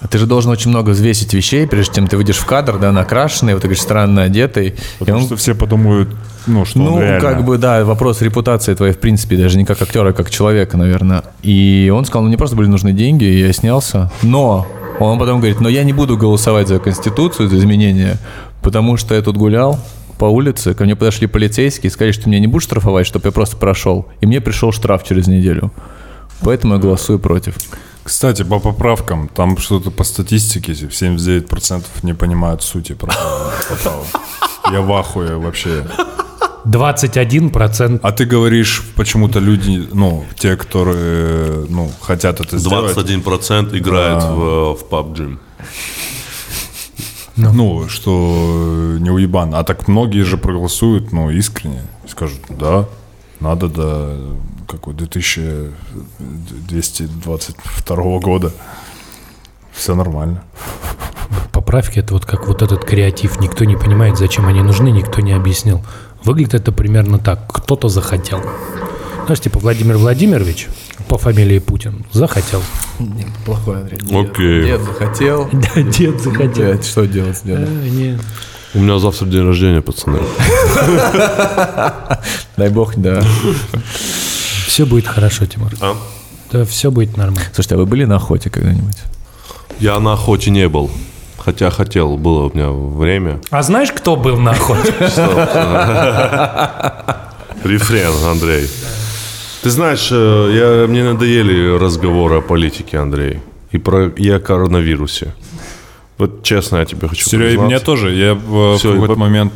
А Ты же должен очень много взвесить вещей, прежде чем ты выйдешь в кадр, да, накрашенный, вот ты говоришь, странно одетый. И
Потому
он-
что все подумают, ну, что
Ну,
он реально.
как бы, да, вопрос репутации твоей, в принципе, даже не как актера, а как человека, наверное. И он сказал, ну, мне просто были нужны деньги, и я снялся. Но он потом говорит, но я не буду голосовать за Конституцию, за изменения, потому что я тут гулял по улице, ко мне подошли полицейские и сказали, что меня не будут штрафовать, чтобы я просто прошел. И мне пришел штраф через неделю. Поэтому я голосую против.
Кстати, по поправкам, там что-то по статистике, 79% не понимают сути права. права. Я в ахуе вообще.
21%
А ты говоришь, почему-то люди, ну, те, которые, ну, хотят это сделать.
21% играет в, в PUBG.
Ну, что э, не уебан. А так многие же проголосуют, ну, искренне. И Скажут, да, надо до какой 2222 года. Все нормально.
Поправки это вот как вот этот креатив. Никто не понимает, зачем они нужны, никто не объяснил. Выглядит это примерно так. Кто-то захотел. Знаешь, типа Владимир Владимирович по фамилии Путин захотел.
Плохой, Андрей.
Окей. Дед
захотел.
Да, дед захотел.
что делать?
Э,
У меня завтра день рождения, пацаны.
Дай бог, да.
Все будет хорошо, Тимур.
А?
Да, все будет нормально.
Слушайте, а вы были на охоте когда-нибудь?
Я на охоте не был. Хотя хотел, было у меня время.
А знаешь, кто был на охоте?
Рефрен, Андрей. Ты знаешь, э, я, мне надоели разговоры о политике, Андрей. И, про, и о коронавирусе. Вот честно, я тебе хочу
Серега, и меня
признаться.
тоже. Я э, в
Всё, и
какой-то
вот-
момент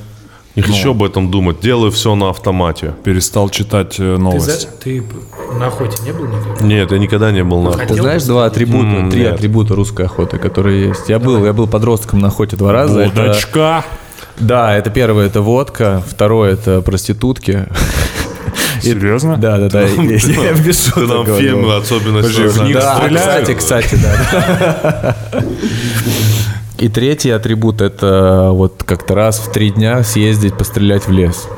Не хочу об этом думать. Делаю все на автомате.
перестал читать э,
Ты,
новости.
за- ты на охоте не был никогда?
Нет, я никогда не был на
Хотел
Ты
бы
знаешь два атрибута,
М,
три
нет.
атрибута русской охоты, которые есть. Я был, я был подростком на охоте два раза. Это-
Удачка.
да, это первое это водка, второе это проститутки.
Серьезно?
Да, да, да. Я я без
Ты
шуток
нам
говорю.
фильмы особенно
в них
Да,
стреляют.
кстати, кстати, да. И третий атрибут это вот как-то раз в три дня съездить пострелять в лес.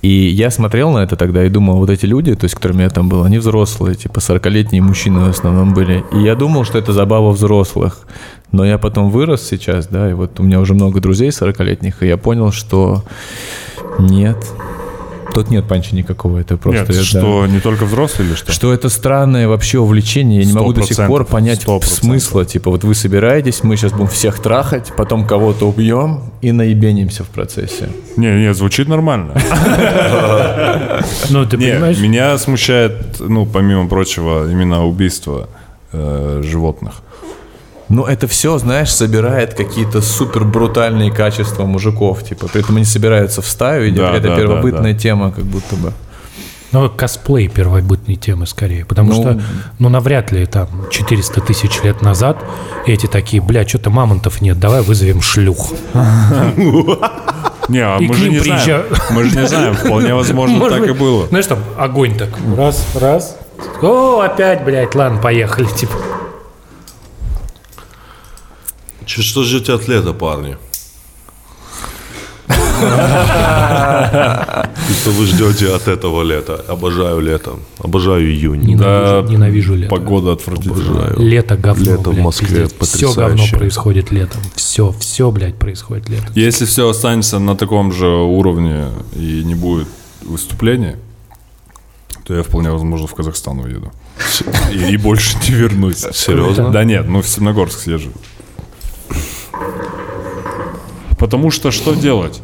И я смотрел на это тогда и думал, вот эти люди, то есть, которыми я там был, они взрослые, типа 40-летние мужчины в основном были. И я думал, что это забава взрослых. Но я потом вырос сейчас, да, и вот у меня уже много друзей 40-летних, и я понял, что нет. Тут нет панча никакого, это просто...
Нет,
я- да.
что не только взрослые или что?
Что это странное вообще увлечение, я не могу до сих
100%,
пор понять
100%.
смысла. Типа, вот вы собираетесь, мы сейчас будем всех трахать, потом кого-то убьем и наебенимся в процессе.
Не, не, звучит нормально.
Ну, ты
Не,
понимаешь?
меня смущает, ну, помимо прочего, именно убийство э, животных.
Но Ну, это все, знаешь, собирает какие-то супер брутальные качества мужиков. Типа, при этом они собираются в стаю, идет
Да,
какая-то
да, да,
первобытная тема, как будто бы.
Ну, косплей первобытной темы скорее. Потому
Ну-
что, ну, навряд ли там 400 тысяч лет назад эти такие, бля, что-то мамонтов нет, давай вызовем шлюх.
Не, а
И
мы
к
же
ним
не знаем.
приезжают.
Мы же не знаем, вполне возможно,
Может
так и
быть,
было.
Знаешь, там огонь так. Раз, раз. О, опять, блядь, ладно, поехали. Типа,
Чё- Что ждете от лета, парни? Что вы ждете от этого лета? Обожаю лето. Обожаю июнь.
ненавижу, ненавижу лето.
Погода отвратительная.
Обожаю.
Лето говно,
Лето в Москве
Все говно
потрясающе.
происходит летом. Все, все, блядь, происходит летом.
Если все останется на таком же уровне и не будет выступления, то я вполне возможно в Казахстан уеду. И, и больше не вернусь.
Серьезно?
Да нет, ну в Семногорск съезжу. Потому что что делать?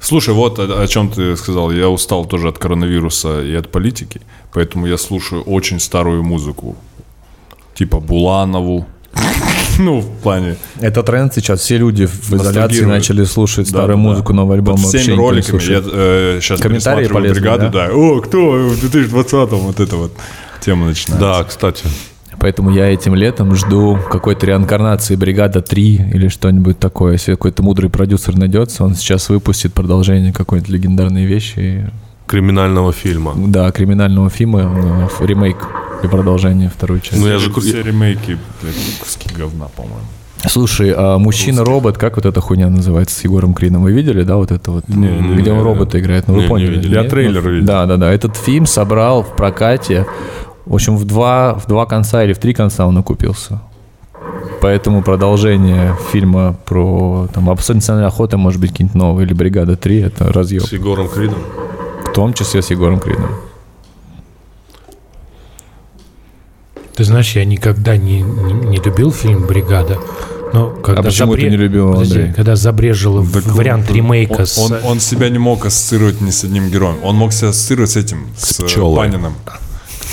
Слушай, вот о, о чем ты сказал. Я устал тоже от коронавируса и от политики, поэтому я слушаю очень старую музыку. Типа Буланову. Ну, в плане...
Это тренд сейчас. Все люди в изоляции
Ностальгируют.
начали слушать
Да,
старую
да, да.
музыку, новый альбом
Под
вообще
всеми
никто не
роликами. Я
слушает.
сейчас
Комментарии
пересматриваю
полезные,
бригаду, да? О, кто в 2020-м? Вот это вот тема начинается.
Да, кстати.
Поэтому я этим летом жду какой-то реинкарнации «Бригада 3» или что-нибудь такое. Если какой-то мудрый продюсер найдется, он сейчас выпустит продолжение какой-нибудь легендарной вещи.
Криминального фильма.
И, да, криминального фильма, э, ф- ремейк и продолжение второй части.
Ну я же... кру-
Все ремейки, блядь, куски говна, по-моему.
Слушай, а «Мужчина-робот», как вот эта хуйня называется с Егором Крином? Вы видели, да, вот это вот?
не, не,
где он
не.
робота играет? Ну, вы
Не, не
поняли.
видел.
Я
Ну,
трейлер видел.
Да, да, да. Этот фильм собрал в прокате, в общем, в два, в два конца или в три конца он окупился. Поэтому продолжение фильма про там, абсолютно охота, может быть, какие-нибудь новые, или «Бригада 3», это разъем.
С Егором Кридом.
В том числе с Егором Крином.
Ты знаешь, я никогда не, не, не любил фильм «Бригада». Но когда
А почему ты не любил,
Подожди,
Андрей?
когда забрежил
Так
вариант
он-
ремейка
он,
с...
он- он себя не мог ассоциировать ни с одним героем. Он мог себя ассоциировать с этим, с, э,
пчелой.
Паниным.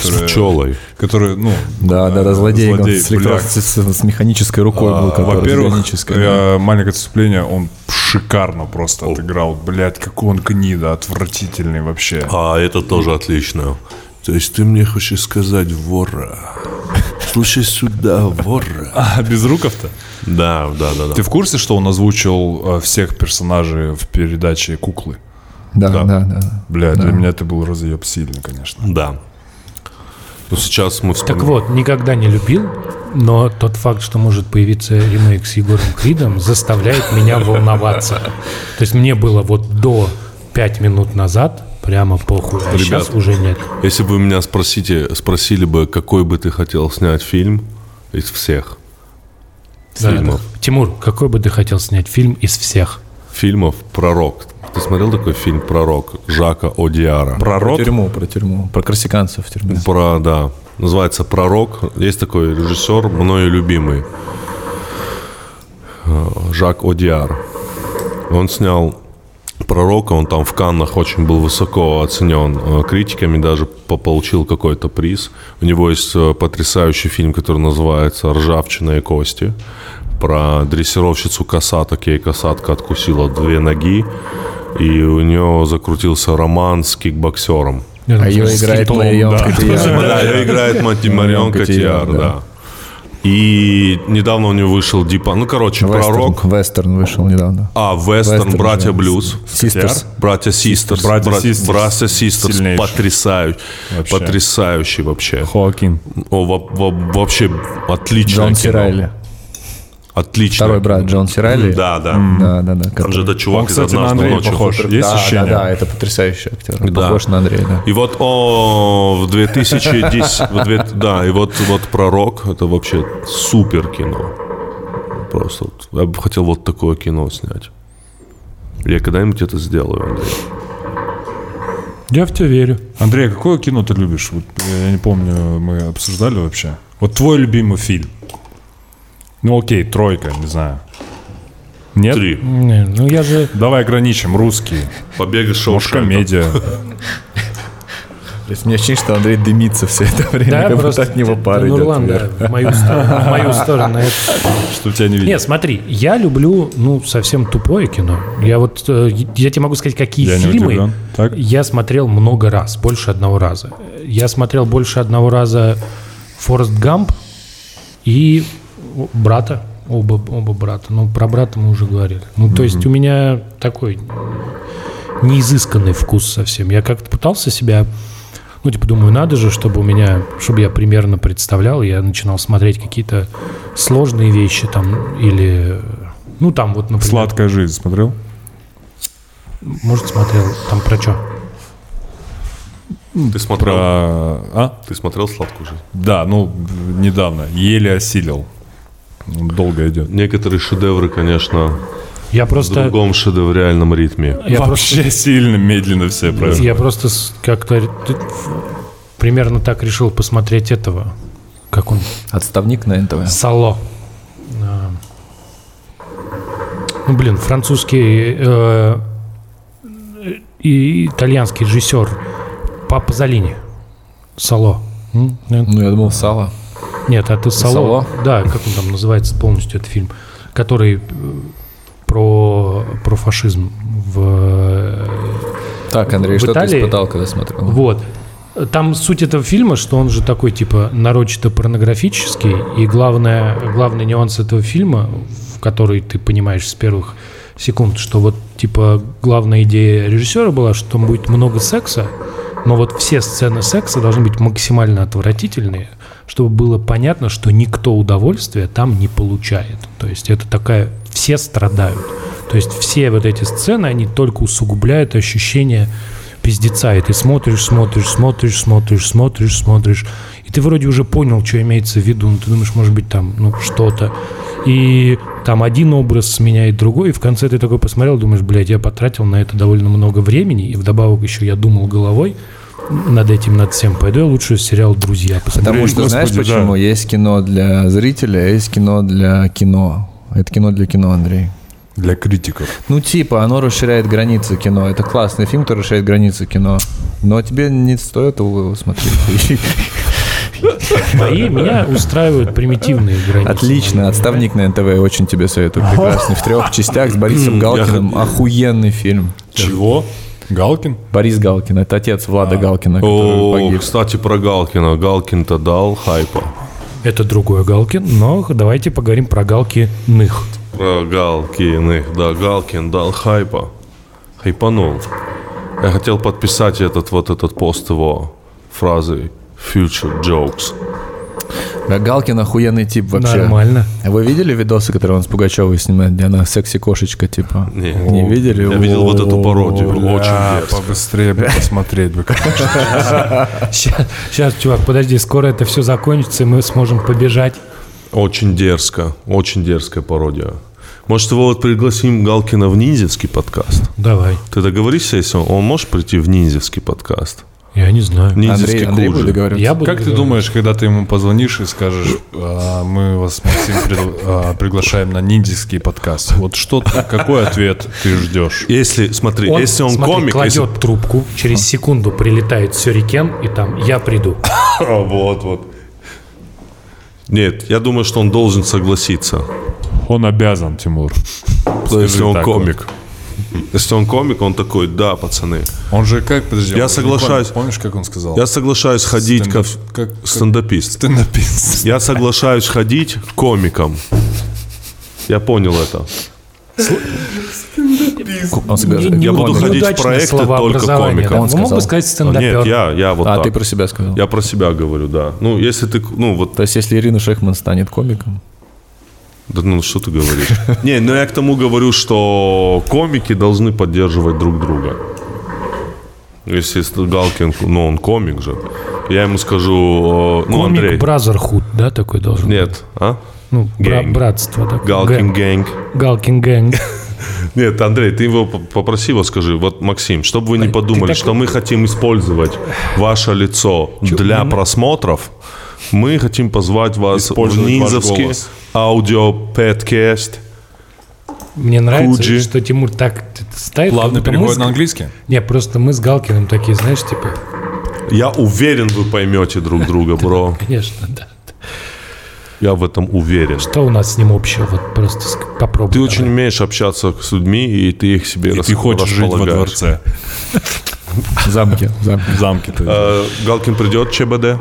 С
который-
пчелой.
Который, ну...
Да, да, да,
э,
злодей, он с,
злодей,
электро-
бля. А,
с- с- с механической рукой был, который
Во-первых,
органической, да.
э, маленькое отступление, он шикарно просто отыграл. Блядь, какой он гнида, отвратительный вообще.
А это тоже отлично. То есть ты мне хочешь сказать вора? Слушай сюда, вора.
А без руков-то?
Да, да, да, да.
Ты в курсе, что он озвучил э, всех персонажей в передаче «Куклы»?
Да, да, да. да.
Бля, для меня это был разъеб сильный, конечно.
Да. Ну сейчас мы
Так
вспомним.
вот, никогда не любил, но тот факт, что может появиться ремейк с Егором Кридом, заставляет меня волноваться. То есть мне было вот до 5 минут назад прямо похуй, а сейчас уже нет.
Если бы вы меня спросите, спросили бы, какой бы ты хотел снять фильм из всех
Да.
фильмов.
Тимур, какой бы ты хотел снять фильм из всех?
Фильмов «Пророк». Ты смотрел такой фильм «Пророк» Жака Одиара?
Про тюрьму, про тюрьму, про корсиканцев в тюрьме.
Про, да. Называется «Пророк». Есть такой режиссер, мною любимый. Э, Жак Одиар. Он снял пророка, он там в Каннах очень был высоко оценен э, критиками, даже по- получил какой-то приз. У него есть э, потрясающий фильм, который называется «Ржавчина и кости», про дрессировщицу косаток, ей косатка откусила две ноги, и у нее закрутился роман с кикбоксером.
А ее
С
играет
китом,
Лайон
да.
Котийяр.
Да, ее играет Мати- Марион
Котийяр,
Котияр,
да.
да. И недавно у него вышел Дипа, ну, короче, пророк.
Вестерн, Вестерн вышел недавно.
А, Вестерн,
Вестерн,
братья
да.
Блюз.
Систерс.
Братья Систерс.
Братья Sisters.
Братья Sisters.
Сильнейший.
Потрясающий.
Вообще.
Потрясающий вообще.
Хоакин.
О, во- во- вообще отличное
Джон
кино.
Сирайли.
Отличное.
Второй брат Джон Сирайли.
Да, да.
Да, да,
Он
да.
же
который-
этот чувак
Он,
из
кстати, на
«Однажды
Андрея
ночью».
похож. Есть
да,
ощущение?
Да, да, это потрясающий актер. Он
Да.
Похож на Андрея, да.
И вот о, в 2010... в две- Да, и вот, вот «Пророк» — это вообще супер кино. Просто вот, я бы хотел вот такое кино снять. Я когда-нибудь это сделаю, Андрей.
Я в тебя верю.
Андрей, а какое кино ты любишь? Вот, э, я не помню, мы обсуждали вообще. Вот твой любимый фильм. Ну окей, тройка, не знаю. Нет?
Три.
Не, ну я же...
Давай ограничим, русский.
Побег из
Может,
Шоушенка.
комедия.
То есть мне ощущение, что Андрей дымится все это время,
Да,
как будто
просто
от него
ты-
пар
ты
идет
Нурлан, да,
вверх.
в мою сторону. В мою сторону. это-
Что тебя не видно?
Нет, смотри, я люблю, ну, совсем тупое кино. Я вот, э, я тебе могу сказать, какие
Я не удивлен.
фильмы
Так?
я смотрел много раз, больше одного раза. Я смотрел больше одного раза Форест Гамп и брата, оба, оба брата. Ну, про брата мы уже говорили. Ну, то есть у меня такой неизысканный вкус совсем. Я как-то пытался себя, ну, типа, думаю, надо же, чтобы у меня, чтобы я примерно представлял, я начинал смотреть какие-то сложные вещи там или... Ну, там вот, например...
Сладкая жизнь смотрел?
Может, смотрел там про что?
Ты смотрел?
Про... А?
Ты смотрел сладкую жизнь?
Да, ну, б- недавно. Еле осилил. Он Долго идет.
Некоторые шедевры, конечно,
Я
в
просто...
другом шедевриальном ритме.
Я просто-
Вообще сильно медленно все происходит.
Я просто с- как-то р- ты- примерно так решил посмотреть этого. Как он?
Отставник на НТВ.
Сало. А. Ну, блин, французский э, и итальянский режиссер Папа Залини. Сало. М? Нет?
Ну, я думал, Сала.
Нет, это Сало.
Сало?
Да, как он там называется полностью этот фильм, который э, про, про фашизм в э,
Так, Андрей,
В
что ты
Италии-
испытал, когда смотрел?
Вот. Там суть этого фильма, что он же такой, типа, нарочито порнографический, и главное, главный нюанс этого фильма, в который ты понимаешь с первых секунд, что вот, типа, главная идея режиссера была, что там будет много секса, но вот все сцены секса должны быть максимально отвратительные, чтобы было понятно, что никто удовольствия там не получает. То есть это такая... Все страдают. То есть все вот эти сцены, они только усугубляют ощущение пиздеца. И ты смотришь, смотришь, смотришь, смотришь, смотришь, смотришь. И ты вроде уже понял, что имеется в виду. Ну, ты думаешь, может быть, там, ну, что-то. И там один образ сменяет другой, и в конце ты такой посмотрел, думаешь, блядь, я потратил на это довольно много времени, и вдобавок еще я думал головой, над этим, над всем. Пойду я лучше сериал «Друзья» посмотрю.
Потому что,
Господи,
знаешь
да.
почему? Есть кино для зрителя, а есть кино для кино. Это кино для кино, Андрей.
Для критиков.
Ну, типа, оно расширяет границы кино. Это классный фильм, который расширяет границы кино. Но тебе не стоит его смотреть.
Мои меня устраивают примитивные границы.
Отлично, отставник на НТВ, очень тебе советую. Прекрасный, в трех частях с Борисом Галкиным. Охуенный фильм.
Чего? Галкин?
Борис Галкин, это отец Влада Галкина, который
А. О,
погиб.
кстати, про Галкина. Галкин-то дал хайпа.
Это другой Галкин, но давайте поговорим про Галкиных.
Про Галкиных. Да, Галкин дал хайпа. Хайпанул. Я хотел подписать этот вот этот пост его фразой Future Jokes.
Да, Галкин охуенный тип вообще.
Нормально.
А Вы видели видосы, которые он с Пугачевой снимает, где она секси-кошечка, типа?
Не.
Не видели?
Я видел вот эту пародию. Очень
Бля,
мерзко.
побыстрее бы посмотреть бы. конечно.
Сейчас, чувак, подожди, скоро это все закончится, и мы сможем побежать.
Очень дерзко. Очень дерзкая пародия. Может, его вот пригласим Галкина в ниндзевский подкаст?
Давай.
Ты договоришься, если он, он может прийти в ниндзевский подкаст?
Я не знаю.
Ниндзяйский
Андрей, Андрей
куджи.
будет договариваться?
Я буду
Как ты
говорить.
думаешь, когда ты ему позвонишь и скажешь, «А, мы вас, Максим, пригла- а, приглашаем на ниндзяйский подкаст? Вот что, ты- какой ответ ты ждешь?
Если, смотри,
Он,
если он
смотри,
комик,
кладет
если-
трубку, через секунду прилетает сюрикен, и там я приду.
А, вот, вот. Нет, я думаю, что он должен согласиться.
Он обязан, Тимур.
если он
так вот.
комик. Если он комик, он такой, да, пацаны.
Он же как, подожди.
Я
он же не
соглашаюсь.
комик. Помнишь, как он сказал?
Я соглашаюсь ходить
Стендап-
как,
как- как-
стендапист.
Стендапист.
Я соглашаюсь ходить комиком. Я понял это.
Он скажет,
Не-
Я буду
комик.
ходить в
неудачное
проекты только
словообразование,
комиком.
да.
Он
Вы мог бы
сказал.
сказать
А, Нет,
стендапер.
я, я вот
А,
так.
ты про себя сказал.
Я про себя говорю, да. Ну, если ты, ну, вот,
То есть, если Ирина Шехман станет комиком,
да, ну, что ты говоришь? Не, ну, я к тому говорю, что комики должны поддерживать друг друга. Если с- Галкин, ну, он комик же, я ему скажу, э, ну, Андрей.
Комик Бразерхуд, да, такой должен быть?
Нет, а?
Ну, бра-
Гэнг.
братство. такое.
Галкин гэнг.
Гэнг. Галкин Гэнг.
Нет, Андрей, ты его п- попроси, вот скажи, вот, Максим, чтобы вы не подумали,
так-
что мы хотим использовать ваше лицо для
ну?
просмотров, мы хотим позвать вас в
Использовать ваш
Ниндзовский
голос.
аудио-пэдкест.
Мне нравится,
Куджи.
что Тимур так это ставит.
Плавный
как будто мы
перевод
с-
на английский.
Не, просто мы с Галкиным такие, знаешь, типа,
Я уверен, вы поймете друг друга, бро.
конечно, да.
Я в этом уверен.
Что у нас с ним общего? Вот просто с- попробуй.
Ты
давай.
очень умеешь общаться с людьми, и ты их себе
И ты хочешь жить во дворце.
в замке, в замке.
В замке ты.
Э, Галкин придет, ЧБД.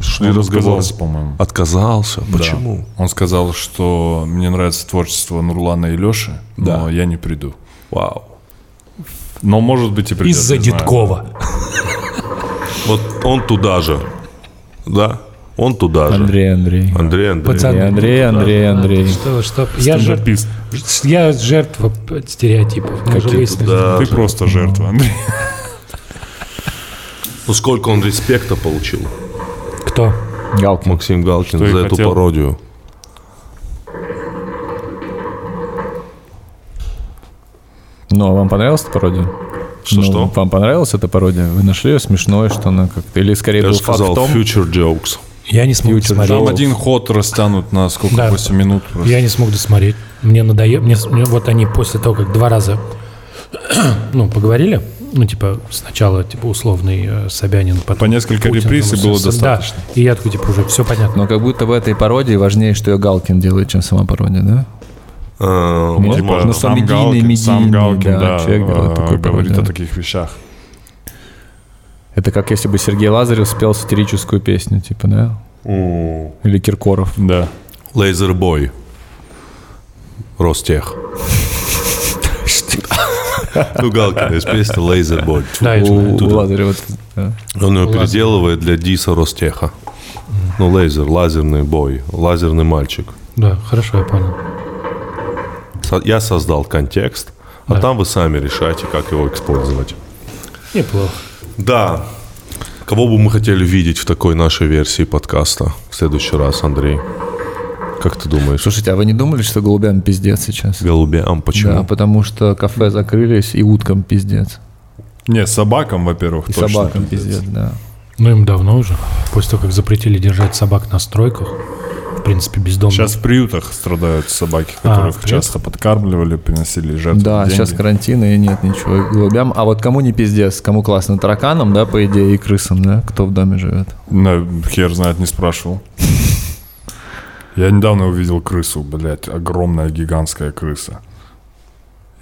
Шли
Он
разговор.
отказался, по-моему.
А
Отказался. Почему?
Он сказал, что мне нравится творчество Нурлана и Леши, но я не приду.
Вау.
Но может быть и придет.
Из-за
не знаю.
Дедкова.
Вот он туда же. Да? Он туда же.
Андрей, Андрей.
Андрей, Андрей.
И
Пацан,
Андрей, Андрей, Андрей.
Что, что? Я, жертв-
Стендапист.
я жертва стереотипов. Мы же выяснили.
Да.
Ты просто жертва, Андрей.
Ну сколько он респекта получил,
Кто?
Галкин.
Максим Галкин,
Что и
за эту
хотел.
пародию.
Ну, а вам понравилась эта пародия? Ну,
Что-что?
Вам понравилась эта пародия? Вы нашли ее смешной, что она как-то... Или скорее
Я
был
же
факт
сказал,
в том...
future jokes.
Я не смог
Фьючер
досмотреть.
Там один ход растянут на сколько?
Да.
8 минут. просто.
Я не смог досмотреть. Мне надоело. Мне, с- мне вот они после того, как два раза ну, поговорили, ну, типа, сначала, типа, условный э, Собянин, потом
По несколько
Путин,
реприз, и
там,
было
всё- всё-
достаточно.
Да, и я такой, типа, уже все понятно.
Но как будто в этой пародии важнее, что ее Галкин делает, чем сама пародия, да?
Э,
Ну,
типа,
можно с-
сам
медийный,
Галкин, сам
медийный,
Галкин,
да,
да,
человек делает
э,
такую
говорит
пародию.
о таких вещах.
Это как если бы Сергей Лазарев спел сатирическую песню, типа, да?
м,
Или Киркоров.
Да.
Лазербой. Ростех. Ну, Галкин из песни Лазербой.
Да, я
У,
знаю.
у Лазарева. да.
Он ее переделывает для Диса Ростеха. Ну, лазер, лазерный бой, лазерный мальчик.
да, хорошо, я понял.
Со- Я создал контекст, а
Да.
там вы сами решаете, как его использовать.
Неплохо.
Да. Кого бы мы хотели видеть в такой нашей версии подкаста в следующий раз, Андрей? Как ты думаешь?
Слушайте, а вы не думали, что голубям пиздец сейчас?
Голубям почему?
Да, потому что кафе закрылись и уткам пиздец.
Не, собакам, во-первых,
И
точно.
собакам пиздец, да.
Ну, им давно уже. После того, как запретили держать собак на стройках, в принципе, бездомных.
Сейчас в приютах страдают собаки,
А,
которых
привет.
часто подкармливали, приносили жертвы.
Да,
деньги.
сейчас карантин и нет ничего. и голубям. А вот кому не пиздец, кому классно? Тараканам, да, по идее, и крысам, да, кто в доме живет.
Да, хер знает, не спрашивал. Я недавно увидел крысу, блядь, огромная гигантская крыса.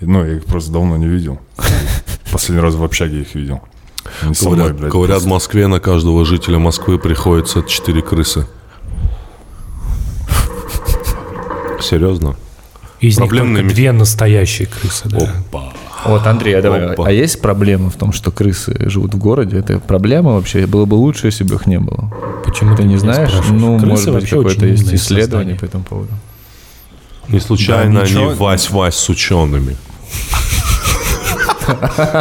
И, Ну, я их просто давно не видел. Последний раз в общаге их видел. Они со мной,
Говорят,
блядь,
говорят, в
просто.
Москве на каждого жителя Москвы приходится 4 крысы. Серьезно?
Из них
проблемные
только
мет-
две настоящие крысы, да.
Вот, Андрей, а давай.
Опа.
А есть проблема в том, что крысы живут в городе? Это проблема вообще? Было бы лучше, если бы их не было.
Почему
Ты
ты
не
меня
знаешь?
спрашиваешь?
Ну,
Крысы
может быть,
вообще
какое-то
очень
есть
умные
исследование
создания.
по этому поводу.
Не случайно они
ничего.
Вась-Вась с учеными.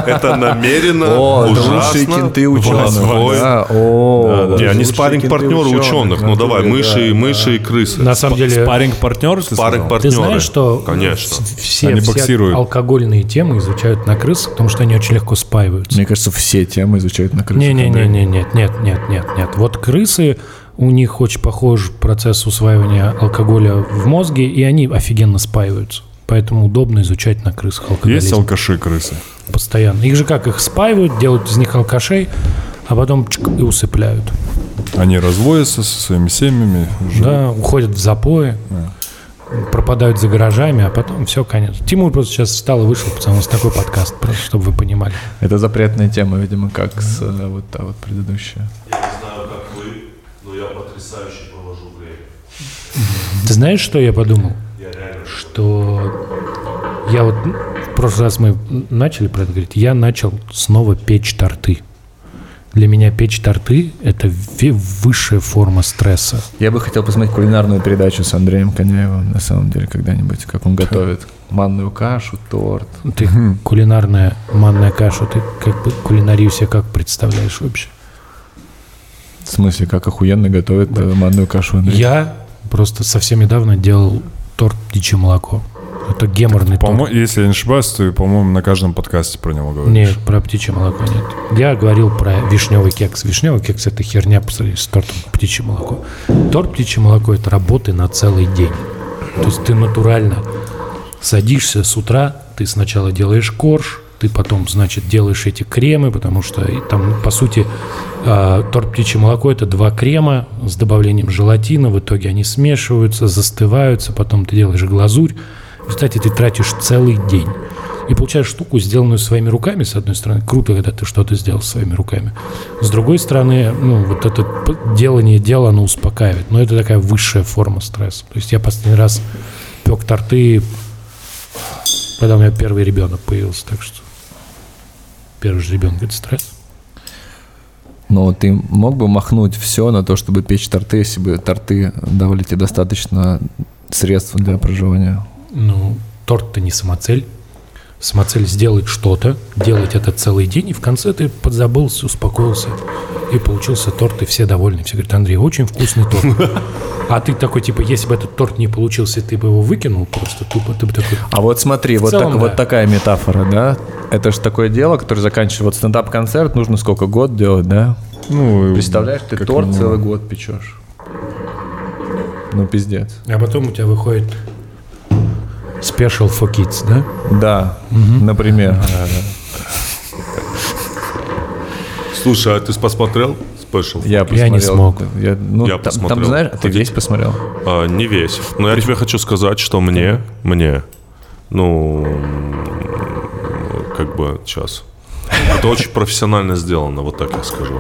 Это намеренно,
О, это
ужасно.
лучшие кенты ученых.
Возможно.
Да, о, вот
Не, они
лучшие
спарринг-партнеры
кенты
ученых. Ну
в
давай,
натуре,
мыши,
да.
мыши и крысы.
На самом деле,
Паринг партнер, ты сказал?
Спарринг-партнеры.
ты знаешь, что
Конечно.
в- все,
Они
все
боксируют.
алкогольные темы изучают на крысах, потому что они очень легко спаиваются.
Мне кажется, все темы изучают на крыше.
не не не не нет, нет, нет, нет, нет. Вот крысы, у них очень похож процесс усваивания алкоголя в мозге, и они офигенно спаиваются. Поэтому удобно изучать на крысах
Есть
алкоголизм
алкаши крысы?
постоянно. Их же как, их спаивают, делают из них алкашей, а потом чик, и усыпляют.
Они разводятся со своими семьями. живут.
Да, уходят в запои, пропадают за гаражами, а потом все, конец. Тимур просто сейчас встал и вышел, потому что такой подкаст, просто чтобы вы понимали.
Это запретная тема, видимо, как с э, вот та вот предыдущая.
Я не знаю, как вы, но я потрясающе провожу время.
Ты знаешь, что я подумал? Что я вот ну, в прошлый раз мы начали про это говорить. Я начал снова печь торты. Для меня печь торты – это ви- высшая форма стресса.
Я бы хотел посмотреть кулинарную передачу с Андреем Коняевым, на самом деле, когда-нибудь, как он готовит манную кашу, торт.
Ну, Ты кулинарная манная каша, ты как бы кулинарию себе как представляешь вообще?
В смысле, как охуенно готовит э, манную кашу Андрей.
Я просто совсем недавно делал торт «Птичье молоко». Это геморный
По-мо-
торт.
Если я не ошибаюсь, ты, по-моему, на каждом подкасте про него
Не,
говоришь.
про птичье молоко нет. Я говорил про вишневый кекс. Вишневый кекс – это херня по сравнению с тортом птичье молоко. Торт птичье молоко – это работы на целый день. То есть ты натурально садишься с утра, ты сначала делаешь корж, ты потом, значит, делаешь эти кремы, потому что и там, по сути, э, торт птичье молоко – это два крема с добавлением желатина, в итоге они смешиваются, застываются, потом ты делаешь глазурь. Кстати, ты тратишь целый день. И получаешь штуку, сделанную своими руками, с одной стороны. Круто, когда ты что-то сделал своими руками. С другой стороны, ну, вот это п- делание дела, оно успокаивает. Но это такая высшая форма стресса. То есть я последний раз пек торты когда у меня первый ребенок появился, так что первый же ребенок это стресс.
Но ты мог бы махнуть все на то, чтобы печь торты, если бы торты давали тебе достаточно средств для проживания?
Ну, торт-то не самоцель. Самоцель сделать что-то, делать это целый день, и в конце ты подзабылся, успокоился, и получился торт, и все довольны. Все говорят, Андрей, очень вкусный торт. А ты такой, типа, если бы этот торт не получился, ты бы его выкинул просто тупо, ты бы такой...
А вот смотри, вот,
целом,
так- вот
да.
такая метафора, да? Это же такое дело, которое заканчивает вот стендап-концерт, нужно сколько год делать, да?
Ну,
Представляешь, ты
как
торт
минимум.
целый год печешь. Ну, пиздец.
А потом у тебя выходит Special for Kids, да?
Да, например.
Слушай, а ты посмотрел спешл?
Я,
Я не
посмотрел.
смог.
Я, ну,
Я
там- там,
посмотрел.
знаешь, ты
Хотите?
весь посмотрел?
А, не весь. Но я тебе хочу сказать, что мне, мне, ну, м, как бы сейчас. Это очень профессионально сделано, вот так я скажу.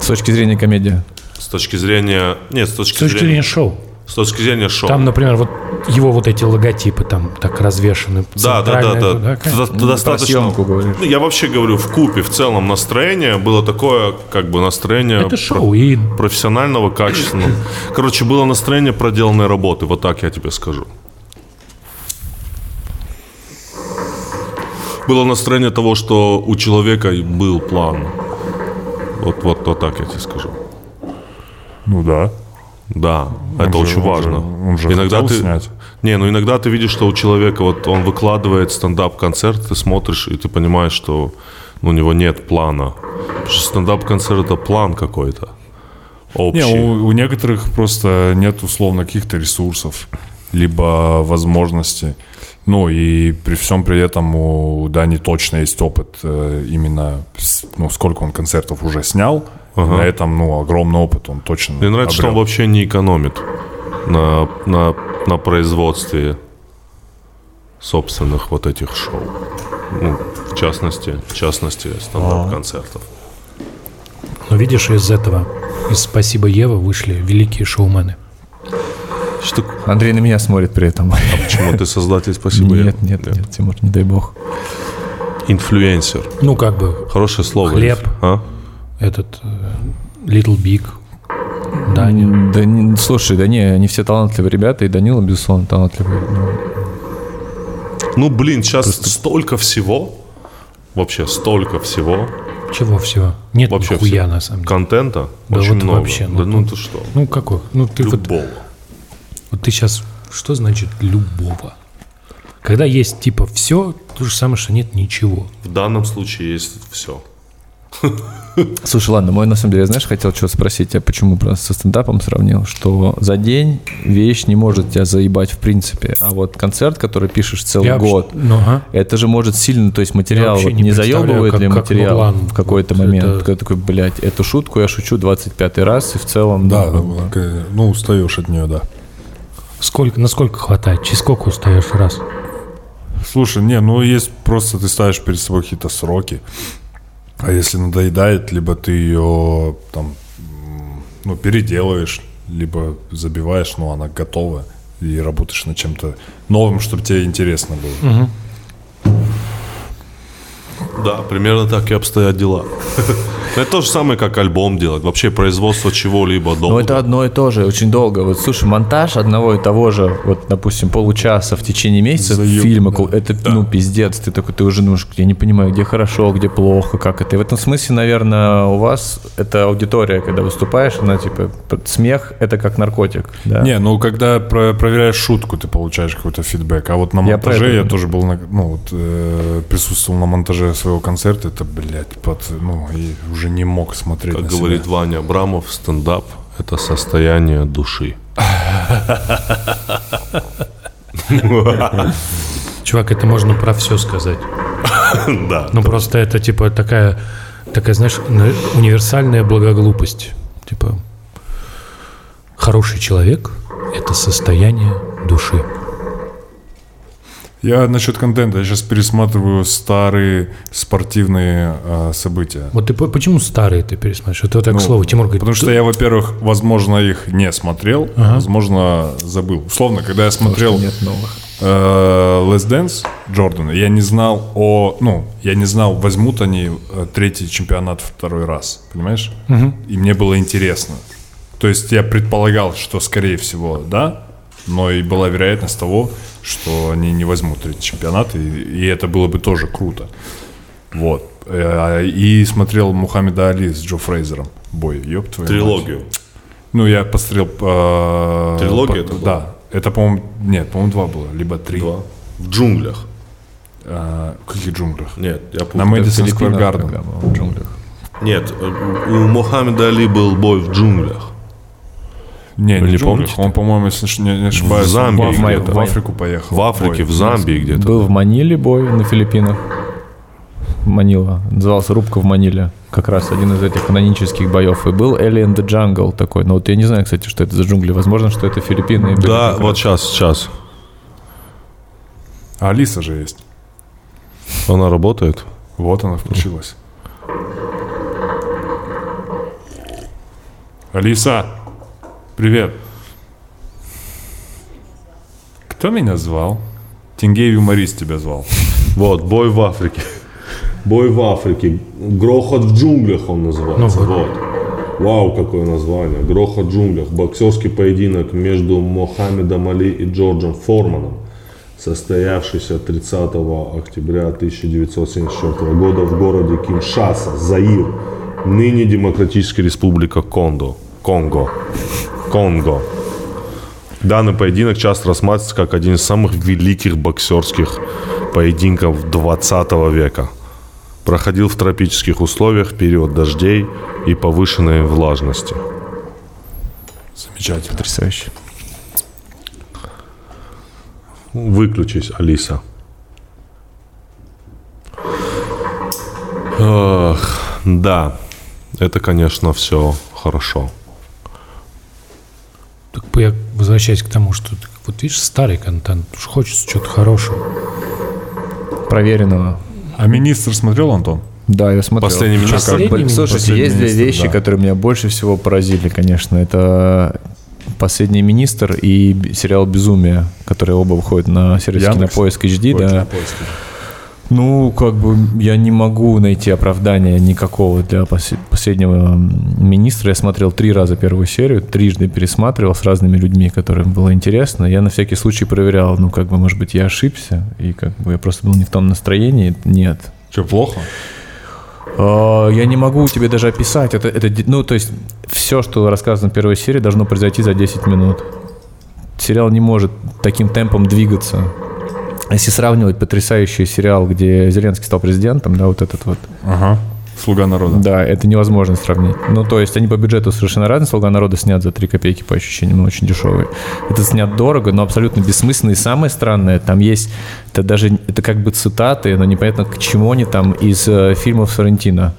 С точки зрения комедии.
С точки зрения... Нет, с точки,
С точки зрения
зрения...
шоу.
С точки зрения шоу.
Там, например, вот его вот эти логотипы там так развешаны.
Да, да, да,
Центральная,
да.
конечно.
До- достаточно.
съемку говоришь.
Ну, я вообще говорю, в купе в целом настроение было такое, как бы настроение
Это шоу, и
профессионального, качественного. Короче, было настроение проделанной работы, вот так я тебе скажу. Было настроение того, что у человека и был план. Вот, вот, вот так я тебе скажу.
Ну да.
Да, это
же-
очень
он
важно.
же- он же
иногда
хотел
ты,
снять.
Не, ну иногда ты видишь, что у человека вот он выкладывает стендап-концерт, ты смотришь, и ты понимаешь, что ну, у него нет плана. Потому что стендап-концерт это план какой-то. Общий.
Не, у, у некоторых просто нет условно каких-то ресурсов, либо возможностей. Ну и при всем при этом у Дани точно есть опыт э, именно, с- ну сколько он концертов уже снял,
Ага.
на этом, ну, огромный опыт он точно
Мне нравится, что он
обрел.
вообще не экономит на, на, на производстве собственных вот этих шоу. Ну, в частности, в частности, стендап-концертов.
А.
Но ну, видишь, из этого, из «Спасибо, Ева» вышли великие шоумены.
Что,
Андрей на меня смотрит при этом.
А почему ты создатель? Спасибо. я-
Нет, нет, нет, Тимур, не дай бог.
Инфлюенсер.
Ну, как бы
Хорошее слово.
Хлеб.
А?
этот э, Little Big,
Да,
Даня.
не- слушай, да не, они все талантливые ребята, и Данила, безусловно, талантливый. Ну,
Ну, блин, сейчас столько всего. Вообще столько всего.
Чего всего? Нет
Вообще
нихуя,
всего.
на самом деле.
Контента
Да
очень
вот
много.
вообще, ну,
да ну
ну,
ты что?
Ну какой? Ну ты вот,
Любого.
вот ты сейчас... Что значит любого? Когда есть типа все, то же самое, что нет ничего.
В данном случае есть все.
Слушай, ладно, мой на самом деле, знаешь, хотел что спросить, я почему про- со стендапом сравнил, что за день вещь не может тебя заебать в принципе, а вот концерт, который пишешь целый
Я вообще-
год,
Ну, ага.
это же может сильно, то есть материал
вообще
вот
не
не,
представляю,
заебывает
как-
ли
как
материал
Нурлан
в какой-то
вот
момент,
это-
когда такой, блядь, эту шутку я шучу 25 раз, и в целом...
Да,
ну,
да, такая, ну, устаешь от нее, да.
Сколько, насколько хватает? Через сколько устаешь раз?
Слушай, не, ну есть просто ты ставишь перед собой какие-то сроки. А если надоедает, либо ты ее там, м, ну, переделаешь, либо забиваешь, ну, она готова, и работаешь над чем-то новым, чтобы тебе интересно было.
Да, примерно так и обстоят дела. Это то же самое, как альбом делать. Вообще производство чего-либо
Ну,
Но
долго.
это одно и то же, очень долго. Вот слушай, монтаж одного и того же, вот, допустим, получаса в течение месяца
Заеб,
фильма, кол- это, ну, пиздец, ты такой, ты уже, ну, я не понимаю, где хорошо, где плохо, как это. И в этом смысле, наверное, у вас это аудитория, когда выступаешь, она, типа, п- смех — это как наркотик, да?
Не, ну, когда про- проверяешь шутку, ты получаешь какой-то фидбэк. А вот на
Я про
монтаже
это
я,
говорю.
тоже был, на, ну, вот, э, присутствовал на монтаже своего концерта, это, блядь, под, ну, и уже не мог смотреть
Как
на себя.
говорит Ваня Абрамов, стендап – это состояние души.
Чувак, это можно про все сказать.
Да.
Ну просто это типа такая, такая, знаешь, на- универсальная благоглупость. Типа хороший человек – это состояние души.
Я насчет контента, я сейчас пересматриваю старые спортивные а, события.
Вот ты по- почему старые ты пересматриваешь? Это вот так
Ну,
слово Тимур говорит.
Потому что я, во-первых, возможно, их не смотрел, возможно, забыл. Условно, когда я смотрел
Нет новых.
э, Last Dance Джордана, я не знал о... Ну, я не знал, возьмут они э, третий чемпионат второй раз, понимаешь? И мне было интересно. То есть я предполагал, что, скорее всего, да, но и была вероятность того, что они не возьмут третий чемпионат, и, и это было бы тоже круто. Вот. Э, И смотрел Мухаммеда Али с Джо Фрейзером. Бой, ёб твою мать.
Трилогию.
Ну, я посмотрел... э,
Трилогия
по-
это была?
Да. Это, по-моему... Нет, по-моему, два было. Либо три.
Два. В джунглях.
А, в каких джунглях?
Нет, я
На
помню.
Мэдисон
В
Сквер
Филиппинах
Гарден.
программа в джунглях.
Нет, э, у Мухаммеда Али был бой в джунглях.
Не,
Вы
не
не
в джунглях.
помните?
Он, по-моему, если ш- не, не ошибаюсь,
В Замбии
он в, Афри-
где-то.
в Африку поехал.
В Африке,
Ой,
в Замбии где-то.
Был в Маниле бой на Филиппинах. Манила. Назывался «Рубка в Маниле». Как раз один из этих канонических боев. И был Alien the Jungle такой. Но вот я не знаю, кстати, что это за джунгли. Возможно, что это Филиппины. и были
Да,
как
вот сейчас, сейчас.
А Алиса же есть.
Она работает?
Вот она включилась. Алиса, привет. Кто меня звал? Тингей юморист тебя звал.
Вот, бой в Африке. Бой в Африке. Грохот в джунглях он называется.
Ну
вот. Вау, какое название. Грохот в джунглях. Боксерский поединок между Мохаммедом Али и Джорджем Форманом, состоявшийся 30 октября 1974 года в городе Киншаса, Заир, ныне Демократическая Республика Кондо. Конго. Конго. Данный поединок часто рассматривается как один из самых великих боксерских поединков 20 века. Проходил в тропических условиях в период дождей и повышенной влажности.
Замечательно.
Потрясающе.
Выключись, Алиса. Эх, да, это, конечно, все хорошо.
Так я возвращаюсь к тому, что так вот видишь, старый контент, уж хочется чего-то хорошего.
Проверенного.
А министр смотрел, Антон?
Да, я смотрел.
Последний меня
Последний
Блин,
минут.
Слушайте,
Последний
есть две
министр,
вещи,
да.
которые меня больше всего поразили, конечно. Это «Последний министр» и б- сериал «Безумие», которые оба выходят на сервис
Яндекс?
Кинопоиск HD.
Ой,
да.
кинопоиск.
Ну, как бы я не могу найти оправдания никакого для пос- последнего м, министра. Я смотрел три раза первую серию, трижды пересматривал с разными людьми, которым было интересно. Я на всякий случай проверял, ну, как бы, может быть, я ошибся, и как бы я просто был не в том настроении. Нет.
Что, плохо?
Э, Я не могу тебе даже описать. Это, это, де- ну, то есть, все, что рассказано в первой серии, должно произойти за 10 минут. Сериал не может таким темпом двигаться. Если сравнивать потрясающий сериал, где Зеленский стал президентом, да, вот этот вот,
Ага. Слуга народа.
да, это невозможно сравнить. Ну, то есть, они по бюджету совершенно разные. «Слуга народа» снят за 3 копейки, по ощущениям, но очень дешевый. Это снят дорого, но абсолютно бессмысленно. И самое странное, там есть, это даже, это как бы цитаты, но непонятно, к чему они там из э, фильмов Соррентино.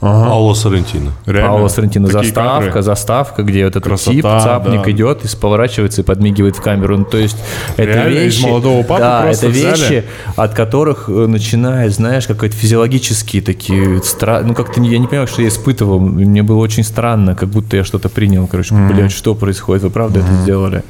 Пауло Соррентино.
Реально?
Пауло Соррентино.
Такие
Заставка,
кадры?
заставка, где вот этот
Красота,
тип, цапник
да.
идет и поворачивается и подмигивает в камеру. Ну, то есть это
Реально, из
вещи...
молодого папы
да,
просто
это
взяли?
вещи, от которых э, начинаешь, знаешь, как-то физиологические такие стра... Ну, как-то не- я не понимаю, что я испытывал. Мне было очень странно, как будто я что-то принял. Короче, блядь, что происходит? Вы правда это сделали?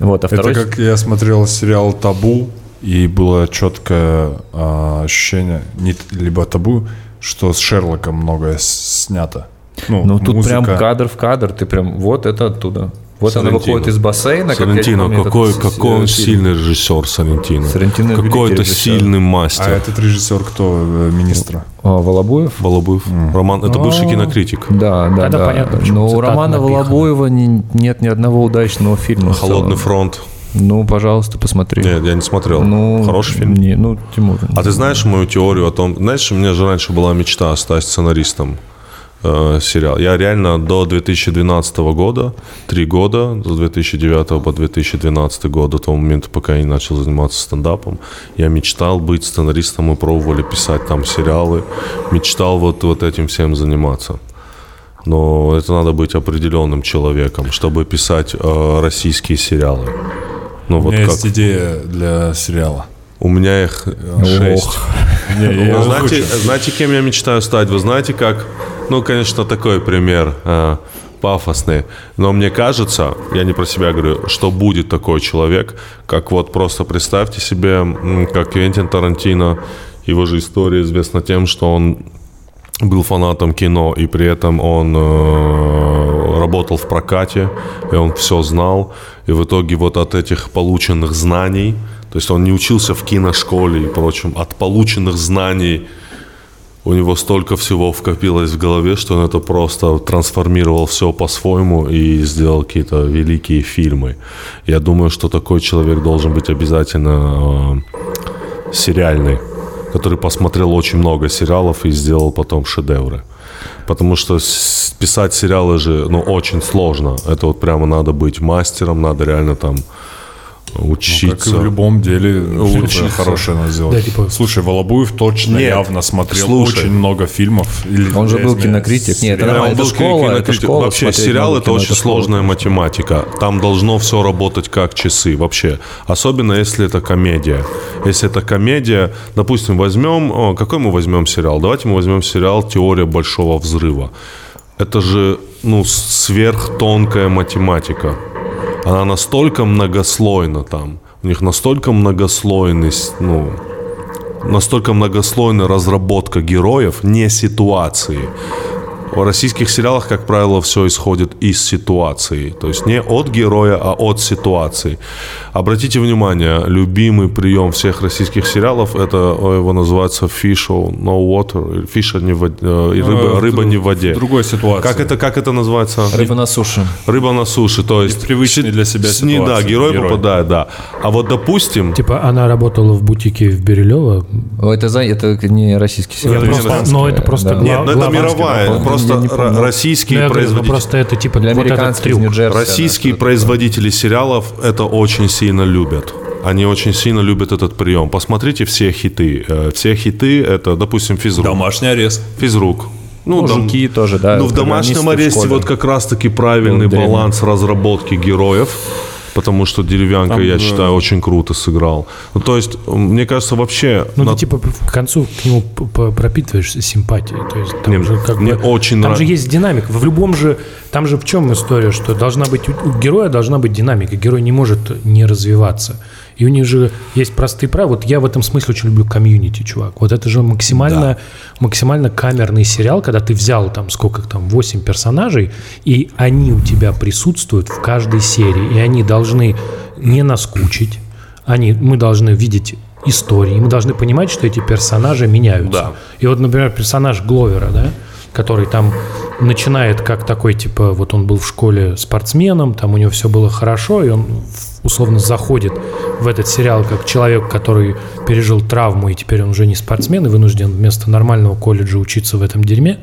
Вот, а второй...
Это как я смотрел сериал «Табу», и было четкое а, ощущение, не т- либо «Табу», что с Шерлоком многое с- снято. Ну,
Ну, тут
музыка.
прям кадр в кадр. Ты прям вот это оттуда. Вот она
Соррентино.
выходит из бассейна. как я
Соррентино,
помню, этот
какой,
с-
какой он
э, фильм.
сильный режиссер Соррентино.
Соррентино великий
Какой-то
режиссер.
сильный
А
мастер.
этот режиссер кто? Э, Министра?
А, Волобуев?
Волобуев. Роман, это бывший кинокритик.
Да, да,
Тогда
да.
понятно, почему
Но у
цитат
Романа
напихано.
Волобоева не- нет ни одного удачного фильма. в
Холодный
целом.
фронт.
Ну, пожалуйста, посмотри.
Нет, я не смотрел.
Ну,
Хороший фильм.
Не, ну, Тимур.
А ты знаешь мою теорию о том... Знаешь, у меня же раньше была мечта стать сценаристом э, сериал. Я реально до 2012 года, три года, с 2009 по 2012 год, до того момента, пока я не начал заниматься стендапом, я мечтал быть сценаристом, мы пробовали писать там сериалы, мечтал вот, вот этим всем заниматься. Но это надо быть определенным человеком, чтобы писать э, российские сериалы. Ну
У
вот
меня
как.
есть идея для сериала.
У меня их э, шесть. Ну, знаете, знаете, кем я мечтаю стать? Вы знаете, как... Ну, конечно, такой пример э, пафосный. Но мне кажется, я не про себя говорю, что будет такой человек, как вот просто представьте себе, м, как Квентин Тарантино, его же история известна тем, что он был фанатом кино, и при этом он э, работал в прокате, и он все знал. И в итоге вот от этих полученных знаний, то есть он не учился в киношколе и прочем, от полученных знаний у него столько всего вкопилось в голове, что он это просто трансформировал все по-своему и сделал какие-то великие фильмы. Я думаю, что такой человек должен быть обязательно... э, сериальный, который посмотрел очень много сериалов и сделал потом шедевры. Потому что с- писать сериалы же, ну, очень сложно. Это вот прямо надо быть мастером, надо реально там
Ну, Как и
учиться.
в любом деле, лучше
Учиться.
хорошее надо сделать.
Да, типа-
Слушай, Волобуев точно
Нет,
явно смотрел
слушай.
очень много фильмов. или-
Он же был
извиняюсь,
кинокритик. Нет, это
Да,
нормально,
он
это
был
школа, это
кинокритик.
школа,
Вообще,
смотреть
сериал
много
это
кино,
очень
это школа.
сложная математика. Там должно все работать как часы вообще. Особенно если это комедия. Если это комедия, допустим, возьмем... о, Какой мы возьмем сериал? Давайте мы возьмем сериал «Теория большого взрыва». Это же, ну, с- сверхтонкая математика. Она настолько многослойна там. У них настолько многослойность, ну, настолько многослойная разработка героев, не ситуации. В российских сериалах, как правило, все исходит из ситуации. То есть не от героя, а от ситуации. Обратите внимание, любимый прием всех российских сериалов, это о, его называется fish no water, фиша не в воде, э, и рыба,
Э,
рыба
в
не в воде.
другой ситуации.
Как это, как это называется?
Рыба на суше.
Рыба на суше, то есть...
привычной для себя
с- не, Да,
ситуации
герой,
герой.
попадает, да. А вот, допустим,
Типа она работала в бутике в Бирилево.
О, Это, за- это не российский
Я
сериал.
просто-
американская,
но это просто
да.
гла-
Нет, ну это
главный-
мировая,
да,
просто
я не
ра-
помню.
российские
Ну, я говорю, ну,
производители.
просто это типа
Для
вот этот
американцев из
трюк.
Нью-Джерси.
Российские
да, что-то
производители сериалов это очень сильно любят. Они очень сильно любят этот прием. Посмотрите все хиты. Э, Все хиты это, допустим, физрук.
Домашний арест.
Физрук.
Ну,
дом-
жуки тоже, да.
Ну, в домашнем аресте вот как раз-таки правильный
Было древним.
баланс разработки героев. Потому что деревянка, я считаю, очень круто сыграл. Ну, то есть, м, мне кажется, вообще.
Ну,
на-
ты типа к концу к нему п- п- пропитываешься симпатией. То есть там
Не,
же как
мне
бы-
очень
Там
нрав-
же есть динамика. В любом же... Там же в чем история, что должна быть... У у героя должна быть динамика. Герой не может не развиваться. И у них же есть простые правила. Вот я в этом смысле очень люблю комьюнити, чувак. Вот это же максимально, максимально камерный сериал, когда ты взял там сколько там, 8 персонажей, и они у тебя присутствуют в каждой серии. И они должны не наскучить, они, мы должны видеть истории, и мы должны понимать, что эти персонажи меняются.
Да.
И вот, например, персонаж Гловера, да, который там начинает как такой, типа, вот он был в школе спортсменом, там у него все было хорошо, и он в- условно заходит в этот сериал как человек, который пережил травму, и теперь он уже не спортсмен, и вынужден вместо нормального колледжа учиться в этом дерьме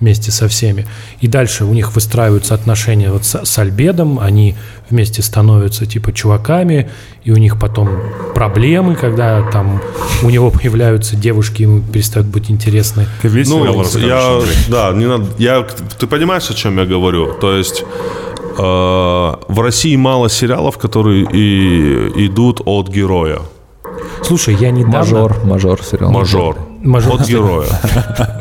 вместе со всеми. И дальше у них выстраиваются отношения вот с, с Альбедом, они вместе становятся типа чуваками, и у них потом проблемы, когда там у него появляются девушки, ему перестают быть интересны.
Ты весь
Ну,
сериал
я,
расскажешь,
да, не надо. Я, ты понимаешь, о чем я говорю? То есть э, в России мало сериалов, которые и идут от героя,
Слушай, я недавно...
Мажор, мажор сериал.
мажор.
Мажор.
От героя.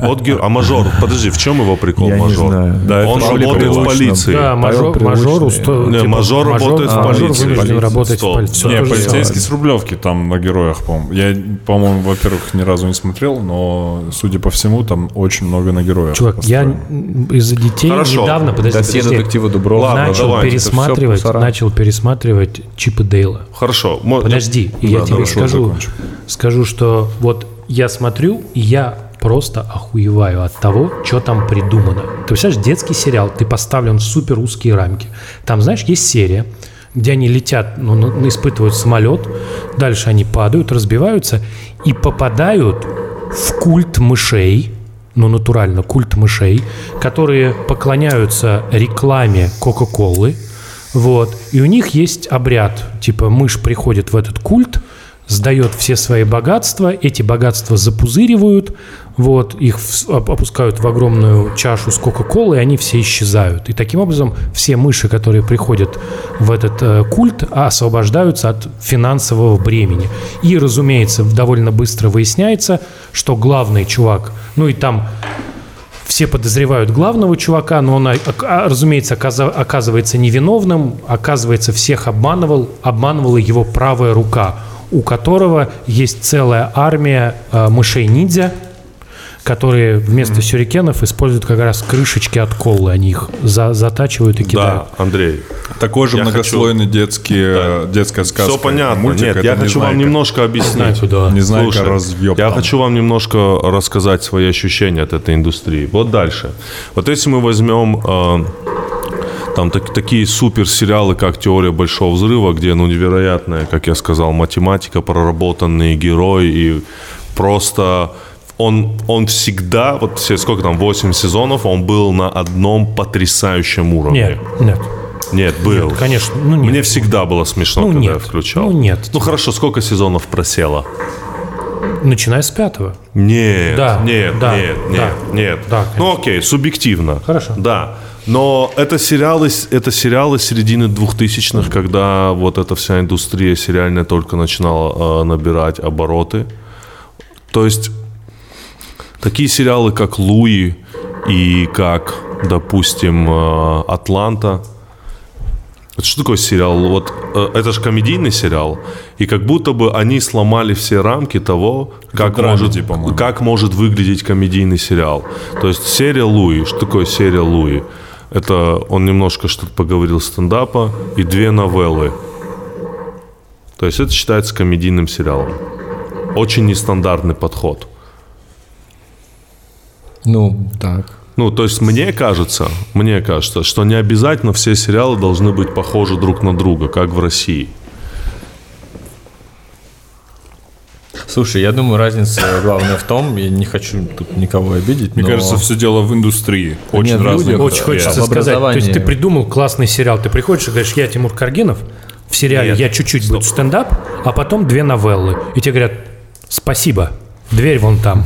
От геро- А мажор, подожди, в чем его прикол,
Я не
мажор?
знаю.
Да, Он
это
работает в
прикольно.
полиции.
Да,
Павел
мажор, мажор,
Прилучный.
усто- типа,
Не, мажор работает в
мажор
полиции.
вынужден
Полиция.
работать
Стоп.
в полиции. Всё
Не,
то же
полицейский с Рублевки там на героях, по-моему. Я, по-моему, во-первых, ни разу не смотрел, но, судя по всему, там очень много на героях.
Чувак, я
построено.
н- из-за детей
Хорошо.
недавно, подожди,
Да все
подожди,
детективы Дуброва.
Ладно,
начал
давайте, это всё
пересматривать,
мусора.
начал пересматривать Чипа Дейла.
Хорошо. мо- ну,
Подожди, и я
Да,
тебе
давай.
скажу,
закончим.
скажу, что вот я смотрю, и я просто охуеваю от того, что там придумано. Ты представляешь, детский сериал, ты поставлен в супер узкие рамки. Там, знаешь, есть серия, где они летят, ну, ну, испытывают самолет, дальше они падают, разбиваются и попадают в культ мышей, ну, натурально, культ мышей, которые поклоняются рекламе Кока-Колы, вот. И у них есть обряд. Типа мышь приходит в этот культ, сдает все свои богатства, эти богатства запузыривают, вот, их в- оп- опускают в огромную чашу с Кока-Колой, и они все исчезают. И таким образом все мыши, которые приходят в этот э, культ, освобождаются от финансового бремени. И, разумеется, довольно быстро выясняется, что главный чувак, ну и там все подозревают главного чувака, но он, а- а- разумеется, оказа- оказывается невиновным, оказывается, всех обманывал, обманывала его правая рука, у которого есть целая армия э, мышей-ниндзя, которые вместо сюрикенов используют как раз крышечки от колы, они их за- затачивают и кидают.
Да, Андрей.
Такой же
я
многослойный детский, э, детская сказка.
Все понятно.
Мультик
Нет,
это
я хочу вам
«Незнайка».
немножко объяснить.
Знаю, куда.
Не знаю,
Слушай,
разъеб.
я
там.
хочу вам немножко рассказать свои ощущения от этой индустрии. Вот дальше. Вот если мы возьмем э, там так- такие супер сериалы, как «Теория большого взрыва», где, ну, невероятная, как я сказал, математика, проработанные герои и просто... Он, он всегда, вот все, сколько там, 8 сезонов, он был на одном потрясающем уровне.
Нет, нет,
Нет, был.
конечно, ну нет.
Мне всегда было смешно,
Ну,
когда я
нет.
включал.
Ну, нет.
Ну хорошо, сколько сезонов просело?
Начиная с пятого.
Нет,
Да,
нет,
да,
нет,
да.
нет, нет.
Да,
ну окей, субъективно.
Хорошо.
Да. Но это сериалы, с- это сериалы середины 2000-х, когда вот эта вся индустрия сериальная только начинала э, набирать обороты. То есть такие сериалы, как «Луи» и как, допустим, э, «Атланта», это что такое сериал? Вот э, это же комедийный сериал, и как будто бы они сломали все рамки того, как может,
драмеди, по-моему.
как может выглядеть комедийный сериал. То есть серия Луи, что такое серия Луи? Это он немножко что-то поговорил стендапа и две новеллы. То есть это считается комедийным сериалом. Очень нестандартный подход.
Ну, так.
Ну, то есть мне кажется, мне кажется, что не обязательно все сериалы должны быть похожи друг на друга, как в России.
Слушай, я думаю, разница главная в том, я не хочу тут никого обидеть,
Мне
но-
кажется, все дело в индустрии. Очень
в людях.
разные.
Очень
Да.
Очень хочется
в
сказать. То есть
образовании.
ты придумал классный сериал, ты приходишь и говоришь, я Тимур Каргинов, в сериале
Нет,
я чуть-чуть буду стендап, а потом две новеллы. И тебе говорят, спасибо, дверь вон там.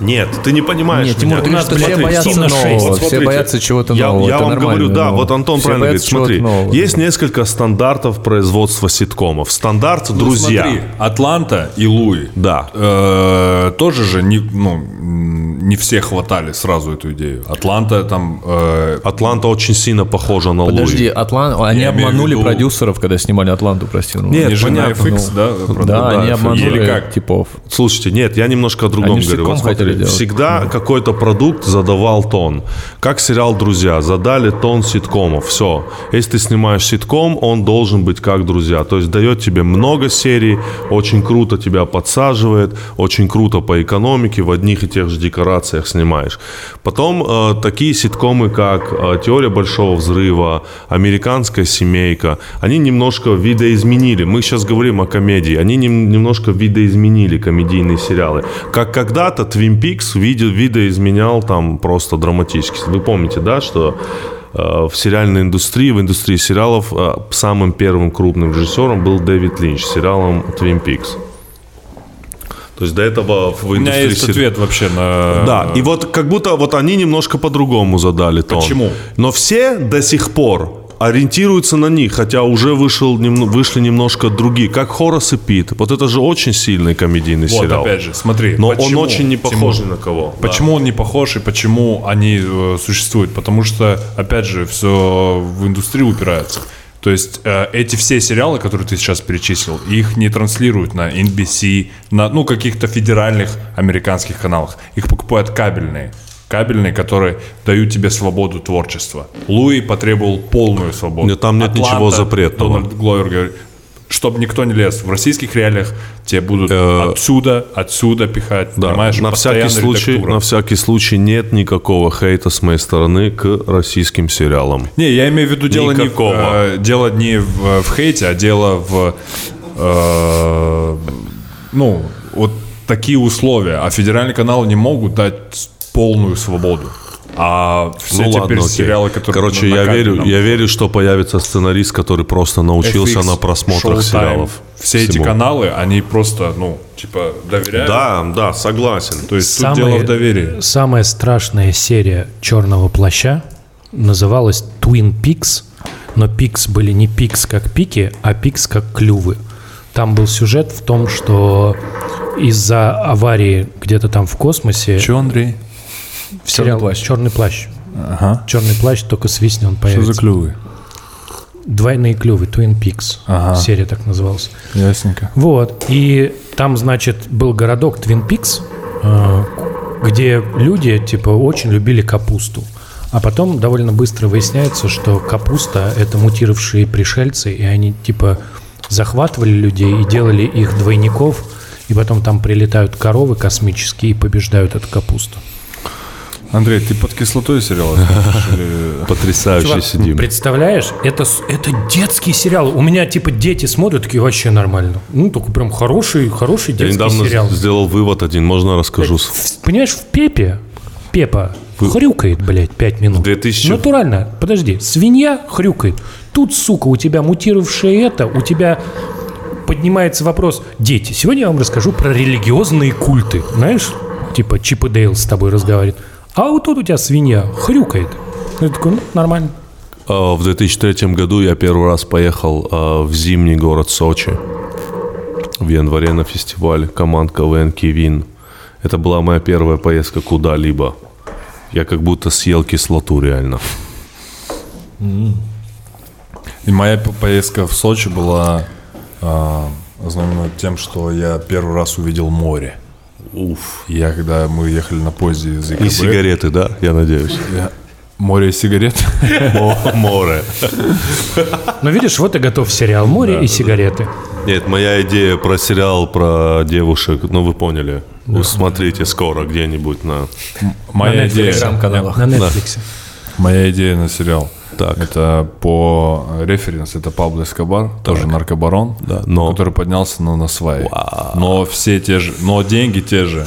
Нет, ты не понимаешь
Нет, Тимур,
меня.
ты говоришь, что все
смотрите,
боятся
Тим на шесть.
нового,
Вот
все
смотрите,
боятся чего-то
я,
нового.
я
это
вам говорю,
нормально,
да,
но
вот Антон
все
правильно говорит,
боятся чего-то
смотри,
нового.
есть несколько стандартов производства ситкомов. Стандарт
Ну,
«Друзья».
смотри, Атланта и Луи.
Да.
Э, тоже же не, ну, м, не все хватали сразу эту идею. Атланта там... э,
Атланта очень сильно похожа на
Подожди,
Луи.
Атлан... они
Я имею
обманули
в виду-
продюсеров, когда снимали Атланту, прости. ну.
Нет,
не же на
понятно,
FX, да?
да, они
да,
обманули типа,
Или как?
типов.
Слушайте, нет, я немножко о другом
Они же
говорю.
ситком
Вот
хотели начали делать.
Всегда какой-то продукт задавал тон. Как сериал «Друзья» задали тон ситкомов. Все. Если ты снимаешь ситком, он должен быть как «Друзья». То есть дает тебе много серий, очень круто тебя подсаживает, очень круто по экономике, в одних и тех же декорациях снимаешь. Потом э, такие ситкомы, как э, «Теория большого взрыва», «Американская семейка», они немножко видоизменили. Мы сейчас говорим о комедии. Они нем- немножко видоизменили комедийные сериалы. Как когда-то Twin Peaks виде- видоизменял там просто драматически. Вы помните, да, что э, в сериальной индустрии, в индустрии сериалов э, самым первым крупным режиссером был Дэвид Линч с сериалом Twin Peaks. То есть до этого в
У меня
индустрии
есть
сери-
ответ вообще на...
да, и вот как будто вот они немножко по-другому задали тон.
Почему?
Но все до сих пор ориентируются на них, хотя уже вышел, немно- вышли немножко другие, как Хорас и Пит. Вот это же очень сильный комедийный
Вот,
сериал.
опять же, смотри.
Но
почему,
он очень не похож
Тимур?
ни на кого. Да.
Почему он не похож и почему они э, существуют? Потому что, опять же, все в индустрию упирается. То есть э, эти все сериалы, которые ты сейчас перечислил, их не транслируют на NBC, на ну каких-то федеральных американских каналах. Их покупают кабельные. Кабельные, которые дают тебе свободу творчества. Луи потребовал полную свободу.
Нет, там нет ничего запретного.
Дональд Гловер говорит, чтобы никто не лез. В российских реалиях тебе будут
Э,
отсюда, отсюда пихать.
Да,
Понимаешь,
на всякий
постоянная
случай,
редактура.
на всякий случай нет никакого хейта с моей стороны к российским сериалам.
Не, я имею в виду дело
Никакого.
не в, э, дело не в, в хейте, а дело в э, ну вот такие условия. А федеральные каналы не могут дать с- полную свободу. А все
ну
теперь
ладно, окей.
сериалы, которые
короче,
на- на
я верю,
кабельном,
я верю, что появится сценарист, который просто научился
FX,
на просмотрах
Showtime,
сериалов.
Все эти
всему.
каналы, они просто ну типа доверяют.
Да, да, согласен.
То есть
Самые-
тут дело в доверии.
Самая страшная серия «Черного плаща» называлась «Twin Peaks», но пикс были не пикс как пики, а пикс как клювы. Там был сюжет в том, что из-за аварии где-то там в космосе...
Че, Андрей?
в сериал
плащ».
«Черный плащ».
Ага.
«Черный плащ» только с весны он
Что за
появится.
клювы?
«Двойные клювы», «Twin Peaks»,
Ага.
серия так называлась.
Ясненько.
Вот. И там, значит, был городок Твин Пикс, э, где люди, типа, очень любили капусту. А потом довольно быстро выясняется, что капуста — это мутировавшие пришельцы, и они, типа, захватывали людей и делали их двойников, и потом там прилетают коровы космические и побеждают эту капусту.
Андрей, ты под кислотой сериал?
Потрясающе
Чувак,
сидим.
Представляешь, это, с- это детский сериал. У меня, типа, дети смотрят, такие, вообще нормально. Ну, только прям хороший, хороший
Я
детский
недавно
сериал. Э,
сделал вывод один, можно расскажу.
В- Понимаешь, в Пепе Пепа хрюкает, блядь, 5 минут.
2000.
Натурально. Подожди. Свинья хрюкает. Тут, сука, у тебя мутировавшее это, у тебя поднимается вопрос. Дети, сегодня я вам расскажу про религиозные культы. Знаешь, типа Чип и Дейл с тобой разговаривает. А вот тут у тебя свинья хрюкает. Ну, я такой, ну, нормально.
Э, В 2003 году я первый раз поехал э, в зимний город Сочи. В январе на фестиваль команд КВН «Кивин». Это была моя первая поездка куда-либо. Я как будто съел кислоту реально.
И моя п- поездка в Сочи была а, ознаменована тем, что я первый раз увидел море.
Уф.
Я когда мы ехали на поезде из
И
ЕКБ,
сигареты, да, я надеюсь?
я- море и сигарет.
О, море.
Но видишь, вот и готов сериал «Море и сигареты».
Нет, моя идея про сериал про девушек, ну вы поняли. Вы смотрите скоро где-нибь на...
Моя идея,
телеграм-каналах.
На Netflix.
моя идея на сериал.
Так.
Это по референс, это Пабло Эскобар, тоже наркобарон,
Да, но-
который поднялся на насвай. Но все те же, но деньги те же,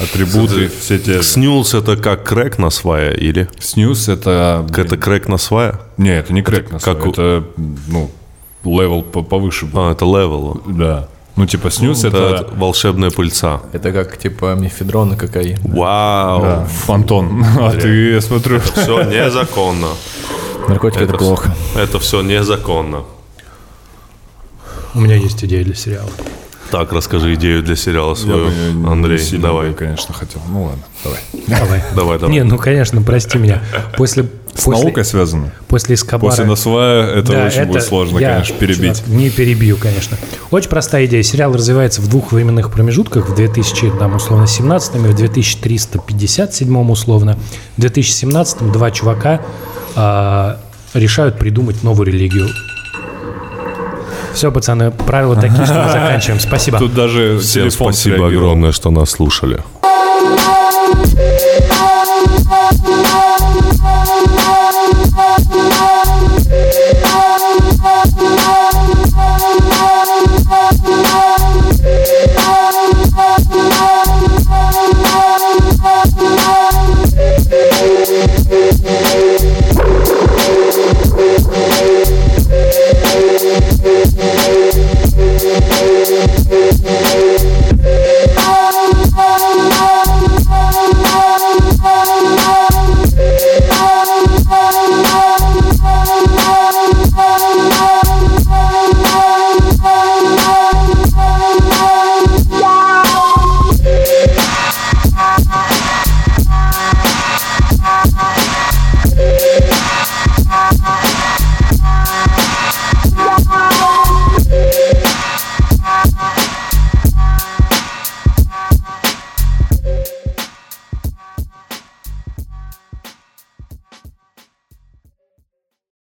атрибуты все те же.
Снюс это как крэк на свая или?
Снюс это...
Это крэк на свая?
Не, это не крэк, на самом
как у-
деле, это, ну, левел по- повыше был.
А, это левел.
Да. Ну, типа, снюс
Это
это...
волшебная пыльца.
Это как типа мифедрон и кокаин.
Вау.
да, Антон, а ты, я смотрю...
Все незаконно.
Наркотики это, плохо.
Это все незаконно.
У меня есть идея для сериала.
Так, расскажи идею для сериала свою,
Я не
Андрей.
сильно
Давай.
бы, конечно, хотел. Ну, ладно, давай.
Давай.
Давай, давай.
Не, ну конечно, прости меня. После
С
После-
наукой связано?
После Эскобара...
После насвая это
Да,
очень будет сложно,
я,
конечно, перебить.
чувак, не перебью, конечно. Очень простая идея. Сериал развивается в двух временных промежутках, в 2000, там, условно, 17 и в 2357, условно. В 2017 два чувака а, решают придумать новую религию. Все, пацаны, правила такие, что мы заканчиваем. Спасибо.
Тут даже
Всем
телефон
спасибо
среагировал.
огромное, что нас слушали.
Thank